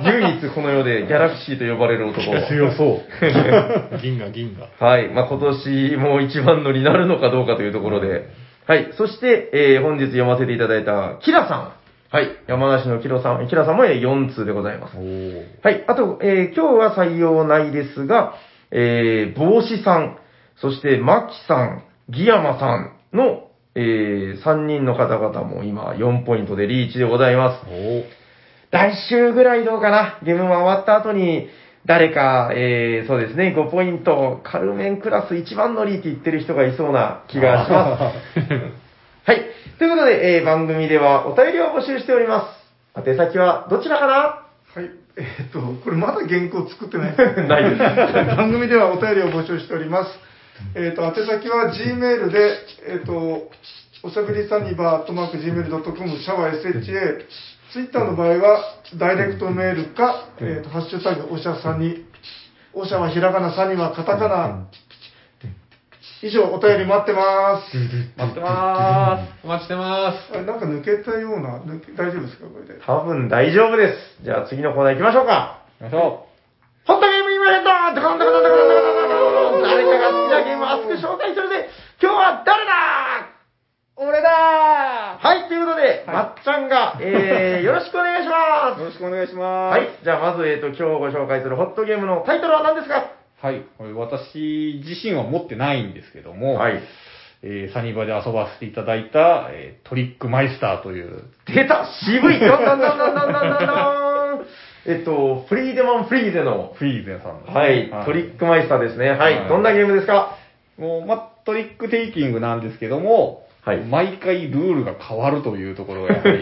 [SPEAKER 4] 唯一この世でギャラクシーと呼ばれる男。
[SPEAKER 6] 強そう。
[SPEAKER 2] 銀河銀河。
[SPEAKER 4] はい。まあ、今年も一番乗りになるのかどうかというところで。はい。そして、えー本日読ませていただいた、キラさん。はい。山梨のキラさん、キラさんも4通でございます。はい。あと、えー今日は採用ないですが、えー、帽子さん、そして、マキさん、ギヤマさんの、え3人の方々も今、4ポイントでリーチでございます。来週ぐらいどうかな。ゲームも終わった後に、誰か、えー、そうですね、5ポイント、カルメンクラス一番乗りって言ってる人がいそうな気がします。はい。ということで、えー、番組ではお便りを募集しております。宛先はどちらかな
[SPEAKER 1] はい。えっと、これまだ原稿作ってない。
[SPEAKER 4] ないで す。
[SPEAKER 1] 番組ではお便りを募集しております。えっ、と、宛先は G メールで、えっ、と、おしゃべりサニバー、トマーク Gmail.com、シャワー SHA、ツイッターの場合は、ダイレクトメールか、えっ、と、ハッシュタグ、おしゃさに、おしゃはひらがな、さにはカタカナ。以上、お便り待ってます。
[SPEAKER 2] 待ってまーす。お待ちしてまーす。
[SPEAKER 1] あれ、なんか抜けたような、抜け大丈夫ですかこれで。
[SPEAKER 4] 多分大丈夫です。じゃあ次のコーナー行きましょうか。
[SPEAKER 3] 行きましょ
[SPEAKER 4] ホットゲームインマーケットドコンドコンドコンドコンドコン誰かが好きなゲームを熱く紹介するぜ今日は誰だ俺だはい、ということで、まっちゃんが、えー、よろしくお願いします
[SPEAKER 3] う。よろしくお願いします。
[SPEAKER 4] はい、じゃあまず、えっ、と、今日ご紹介するホットゲームのタイトルは何ですか
[SPEAKER 3] はい。これ私自身は持ってないんですけども、
[SPEAKER 4] はい。
[SPEAKER 3] えーサニバで遊ばせていただいた、えートリックマイスターという、
[SPEAKER 4] 出た渋いどんどんどんどんどんどんどんどんえっと、フリーデマン・フリーゼの、
[SPEAKER 3] フリーゼさんの、
[SPEAKER 4] はい、トリックマイスターですね。はい、
[SPEAKER 3] はい
[SPEAKER 4] どんなゲームですか
[SPEAKER 3] もう、ま、トリックテイキングなんですけども、
[SPEAKER 4] はい
[SPEAKER 3] 毎回ルールが変わるというところがや はり、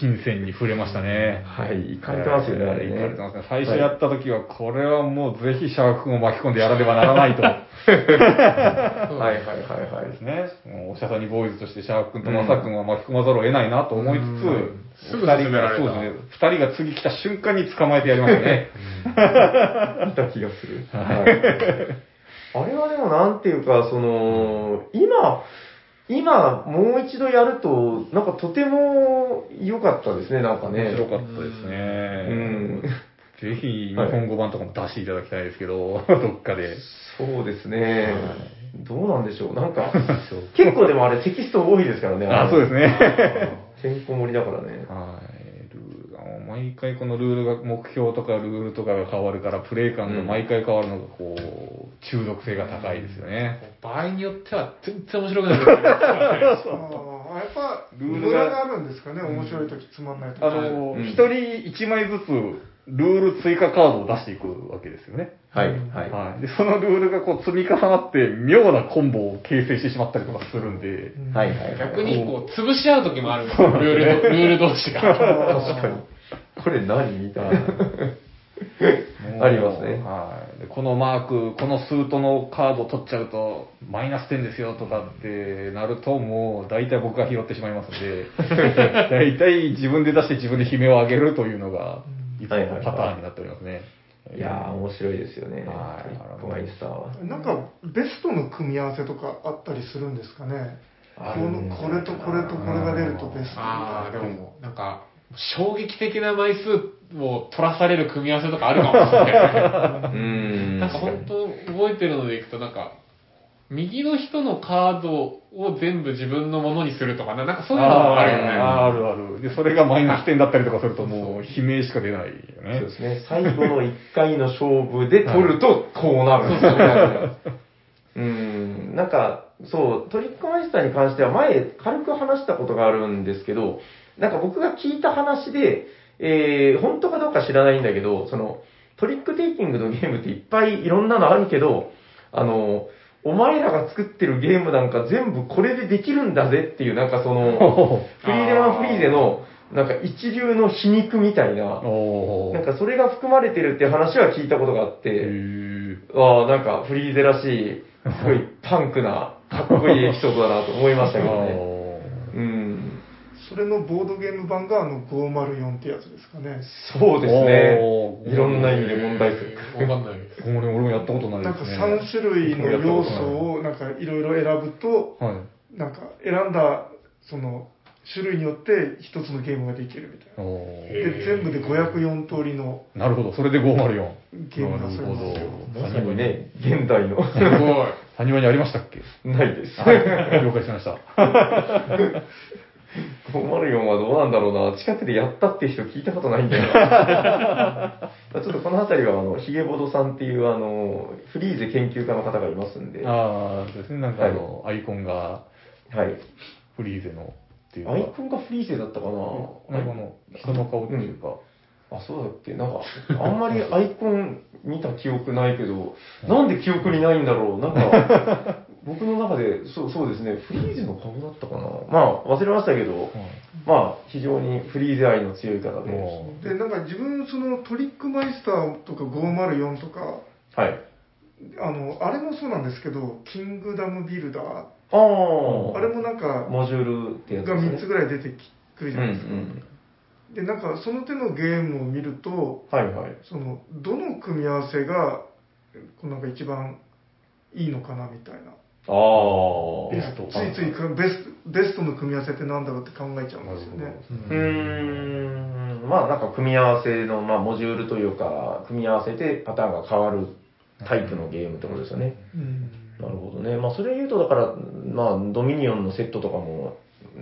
[SPEAKER 3] 金銭に触れましたね。
[SPEAKER 4] はい、いかれてますよね、あれ
[SPEAKER 3] えーいかれて
[SPEAKER 4] ね。
[SPEAKER 3] ますね。最初やった時は、これはもうぜひシャーク君を巻き込んでやらねばならないと。
[SPEAKER 4] はいはいはいはい。
[SPEAKER 3] ですね。もうおしゃさにボーイズとしてシャーク君とマサ君は巻き込まざるを得ないなと思いつつ、
[SPEAKER 2] うん
[SPEAKER 3] お二
[SPEAKER 2] すぐ進
[SPEAKER 3] 人
[SPEAKER 2] めら
[SPEAKER 3] が、
[SPEAKER 2] れた
[SPEAKER 3] そうですね。二人が次来た瞬間に捕まえてやりましたね。
[SPEAKER 4] 見た気がする。 あれはでもなんていうか、その、今、今、もう一度やると、なんかとても良かったですね、なんかね。
[SPEAKER 3] 面白かったです
[SPEAKER 4] う
[SPEAKER 3] ね。
[SPEAKER 4] ん。
[SPEAKER 3] ぜひ、日本語版とかも出していただきたいですけど、どっかで。
[SPEAKER 4] そうですね。どうなんでしょう。なんか、
[SPEAKER 3] そう
[SPEAKER 4] 結構でもあれテキスト多いです からね。
[SPEAKER 3] あ、そうです
[SPEAKER 4] ね。
[SPEAKER 3] ね。
[SPEAKER 4] てんこ盛りだからね。
[SPEAKER 3] はい。ルールが、もう毎回このルールが、目標とかルールとかが変わるから、プレイ感が毎回変わるのが、こう、中毒性が高いですよね。
[SPEAKER 2] 場合によっては全然面白くない
[SPEAKER 1] ああ、やっぱ、
[SPEAKER 3] ルールが
[SPEAKER 1] 無駄があるんですかね。面白い時、つまんない時。
[SPEAKER 3] あの、
[SPEAKER 4] うん
[SPEAKER 3] 一、人一枚ずつ、ルール追加カードを出していくわけですよね。
[SPEAKER 4] はい、はい。
[SPEAKER 3] はい。で、そのルールがこう積み重なって、妙なコンボを形成してしまったりとかするんで、
[SPEAKER 4] はい、はい。
[SPEAKER 2] 逆にこう、潰し合う時もあるんですよルールと、ルール同 士が。
[SPEAKER 4] 確かに。これ何みたいな。
[SPEAKER 3] もう
[SPEAKER 4] ありますね
[SPEAKER 3] はい。でこのマーク、このスートのカード取っちゃうと、マイナス点ですよとかってなると、もう大体僕が拾ってしまいますんで、 大体自分で出して自分で悲鳴を上げるというのが、いつものパターンになっておりますね。
[SPEAKER 4] いやー、面白いですよね。
[SPEAKER 3] はい
[SPEAKER 4] トリックマイスターは。
[SPEAKER 1] なんか、ベストの組み合わせとかあったりするんですかね。こ
[SPEAKER 4] あるん
[SPEAKER 1] のこれとこれとこれが出るとベストみたい
[SPEAKER 2] ああ、
[SPEAKER 1] な。
[SPEAKER 2] でも、なんか、衝撃的な枚数を取らされる組み合わせとかあるか もしれない。
[SPEAKER 4] うん
[SPEAKER 2] なんか本当覚えてるのでいくと、なんか、右の人のカードを全部自分のものにするとかな、なんかそういうのもあるよね。
[SPEAKER 3] あーあるある。で、それがマイナス点だったりとかすると、もう悲鳴しか出ないよね
[SPEAKER 4] そう。ですね。最後の1回の勝負で取ると、こうなるんですよね。うん。なんか、そう、トリックマイスターに関しては前、軽く話したことがあるんですけど、なんか僕が聞いた話で、えー、本当かどうか知らないんだけど、その、トリックテイキングのゲームっていっぱいいろんなのあるけど、あの、お前らが作ってるゲームなんか全部これでできるんだぜっていう、なんかそ の、フリーデマン・フリーゼの、なんか一流の皮肉みたいな、
[SPEAKER 3] お
[SPEAKER 4] なん
[SPEAKER 3] ー。
[SPEAKER 4] かそれが含まれてるっていう話は聞いたことがあっ
[SPEAKER 3] へ
[SPEAKER 4] て、
[SPEAKER 3] ー
[SPEAKER 4] ああ、なんかフリーゼらしい、すごいパンクな、かっこいいエピソードだなと思いましたけどね。うん。
[SPEAKER 1] それのボードゲーム版があの504ってやつですかね。
[SPEAKER 4] そうですね
[SPEAKER 3] お。ー
[SPEAKER 4] いろんな意味で問題作。
[SPEAKER 2] えーわかんないです。
[SPEAKER 3] 俺俺もやったことない
[SPEAKER 1] なん
[SPEAKER 3] で
[SPEAKER 1] か
[SPEAKER 3] すね。
[SPEAKER 1] 3種類の要素をなんかいろいろ選ぶと、
[SPEAKER 3] はい。
[SPEAKER 1] なんか選んだその種類によって一つのゲームができるみたいな。
[SPEAKER 3] おー
[SPEAKER 1] で、全部で504通りの
[SPEAKER 3] なるほど、それで504。
[SPEAKER 1] ゲームがそれですよ
[SPEAKER 4] ま
[SPEAKER 3] な
[SPEAKER 4] さ
[SPEAKER 3] るほど。
[SPEAKER 4] にね、現代 の。
[SPEAKER 2] すごい。
[SPEAKER 3] 谷間にありましたっけ
[SPEAKER 4] ないです。
[SPEAKER 3] はい、了解しました。
[SPEAKER 4] 504はどうなんだろうな。近くでやったって人聞いたことないんだよな。 まあちょっとこの辺りは、あの、ヒゲボドさんっていう、あの、フリーゼ研究家の方がいますんで、は
[SPEAKER 3] ああ、そうですね、なんかあの、アイコンが
[SPEAKER 4] い。
[SPEAKER 3] フリーゼのっていうか、
[SPEAKER 4] アイコンがフリーゼだったかな
[SPEAKER 3] なんかあの、人の顔っていうか、
[SPEAKER 4] あ、そうだっけなんか、あんまりアイコン見た記憶ないけど、なんで記憶にないんだろうなんか、僕の中で、そうそうですね、フリーゼの顔だったかなまあ、忘れましたけど、まあ、非常にフリーゼ愛の強い方で、
[SPEAKER 1] で、なんか自分、そのトリックマイスターとか504とか、
[SPEAKER 4] はい。
[SPEAKER 1] あの、あれもそうなんですけど、キングダムビルダー、
[SPEAKER 4] ああ、
[SPEAKER 1] あれもなんか、
[SPEAKER 4] モジュールってやつ
[SPEAKER 1] が3つぐらい出てくる
[SPEAKER 4] うん
[SPEAKER 1] じゃ
[SPEAKER 4] う
[SPEAKER 1] ないですか。
[SPEAKER 4] ん。
[SPEAKER 1] で、なんかその手のゲームを見ると、
[SPEAKER 4] はいはい。
[SPEAKER 1] その、どの組み合わせが、こうなんか一番いいのかなみたいな。
[SPEAKER 4] ああ。
[SPEAKER 1] ベストついついくベストベストの組み合わせってなんだろうって考えちゃうんですよね。
[SPEAKER 4] うーんまあなんか組み合わせの、まあ、モジュールというか、組み合わせでパターンが変わるタイプのゲームってことですよね。
[SPEAKER 1] うん
[SPEAKER 4] なるほどね。まあそれ言うと、だから、まあドミニオンのセットとかも、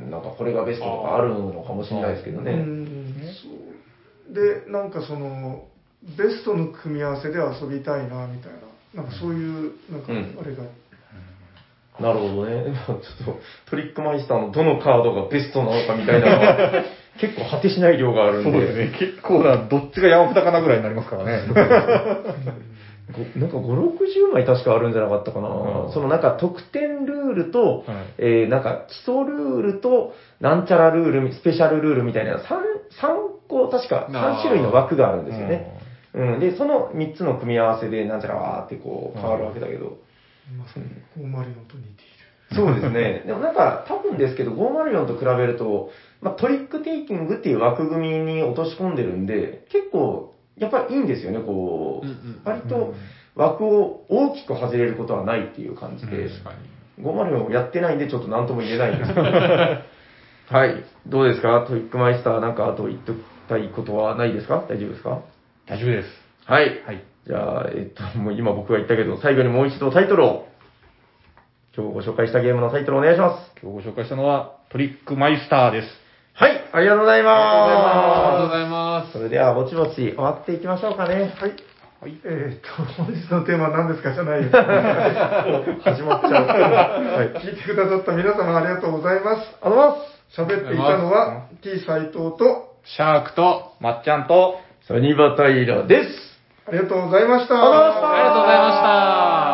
[SPEAKER 4] なんかこれがベストとかあるのかもしれないですけど
[SPEAKER 1] う
[SPEAKER 4] ね。
[SPEAKER 1] んそうでなんかそのベストの組み合わせで遊びたいなみたいななんかそういうなんか
[SPEAKER 4] うん
[SPEAKER 1] あれが、
[SPEAKER 4] なるほどね。 ちょっとトリックマイスターのどのカードがベストなのかみたいなのは、結構果てしない量があるん
[SPEAKER 6] そうですね。結構な、どっちが山札かなぐらいになりますからね。
[SPEAKER 4] ごなんか5、60枚確かあるんじゃなかったかな。
[SPEAKER 6] うん
[SPEAKER 4] そのなんか得点ルールと、
[SPEAKER 6] はい
[SPEAKER 4] えーなんか基礎ルールと、なんちゃらルールみ、スペシャルルールみたいな3、三個、確か3種類の枠があるんですよね。うん。で、その3つの組み合わせで、なんちゃらわーってこう変わるわけだけど。
[SPEAKER 1] まさに504と似てい
[SPEAKER 4] そうですね。 でもなんか、多分ですけど、504と比べると、まあ、トリックテイキングっていう枠組みに落とし込んでるんで、結構、やっぱりいいんですよね、こう。
[SPEAKER 2] うんうん
[SPEAKER 4] 割と枠を大きく外れることはないっていう感じで、
[SPEAKER 2] 確かに。
[SPEAKER 4] 504をやってないんで、ちょっと何とも言え ないんですけど。はい。どうですかトリックマイスターなんかあと言っときたいことはないですか大丈夫ですか
[SPEAKER 6] 大丈夫です。
[SPEAKER 4] はい。
[SPEAKER 6] はい。
[SPEAKER 4] じゃあ、えっと、もう今僕が言ったけど、最後にもう一度タイトルを。今日ご紹介したゲームのタイトルお願いします。
[SPEAKER 6] 今日ご紹介したのは、トリックマイスターです。
[SPEAKER 4] はい、ありがとうござい
[SPEAKER 2] ありがとうご
[SPEAKER 4] ま
[SPEAKER 2] ざいます
[SPEAKER 4] す。。それでは、ぼちぼち終わっていきましょうかね。はい。
[SPEAKER 1] る、はい、えーっと本日のテーマは何ですかじゃないです 聞
[SPEAKER 4] 始まっ ちゃう。はい。ありがとう
[SPEAKER 1] いてくださった皆様ありがとうございます
[SPEAKER 4] ございます。
[SPEAKER 1] 喋っていたのは T 斎藤と
[SPEAKER 2] シャークと、
[SPEAKER 6] まっちゃんと、
[SPEAKER 4] サニバタイラです。
[SPEAKER 1] ありがとうございました
[SPEAKER 4] ありがとうございました
[SPEAKER 2] ありがとうございました。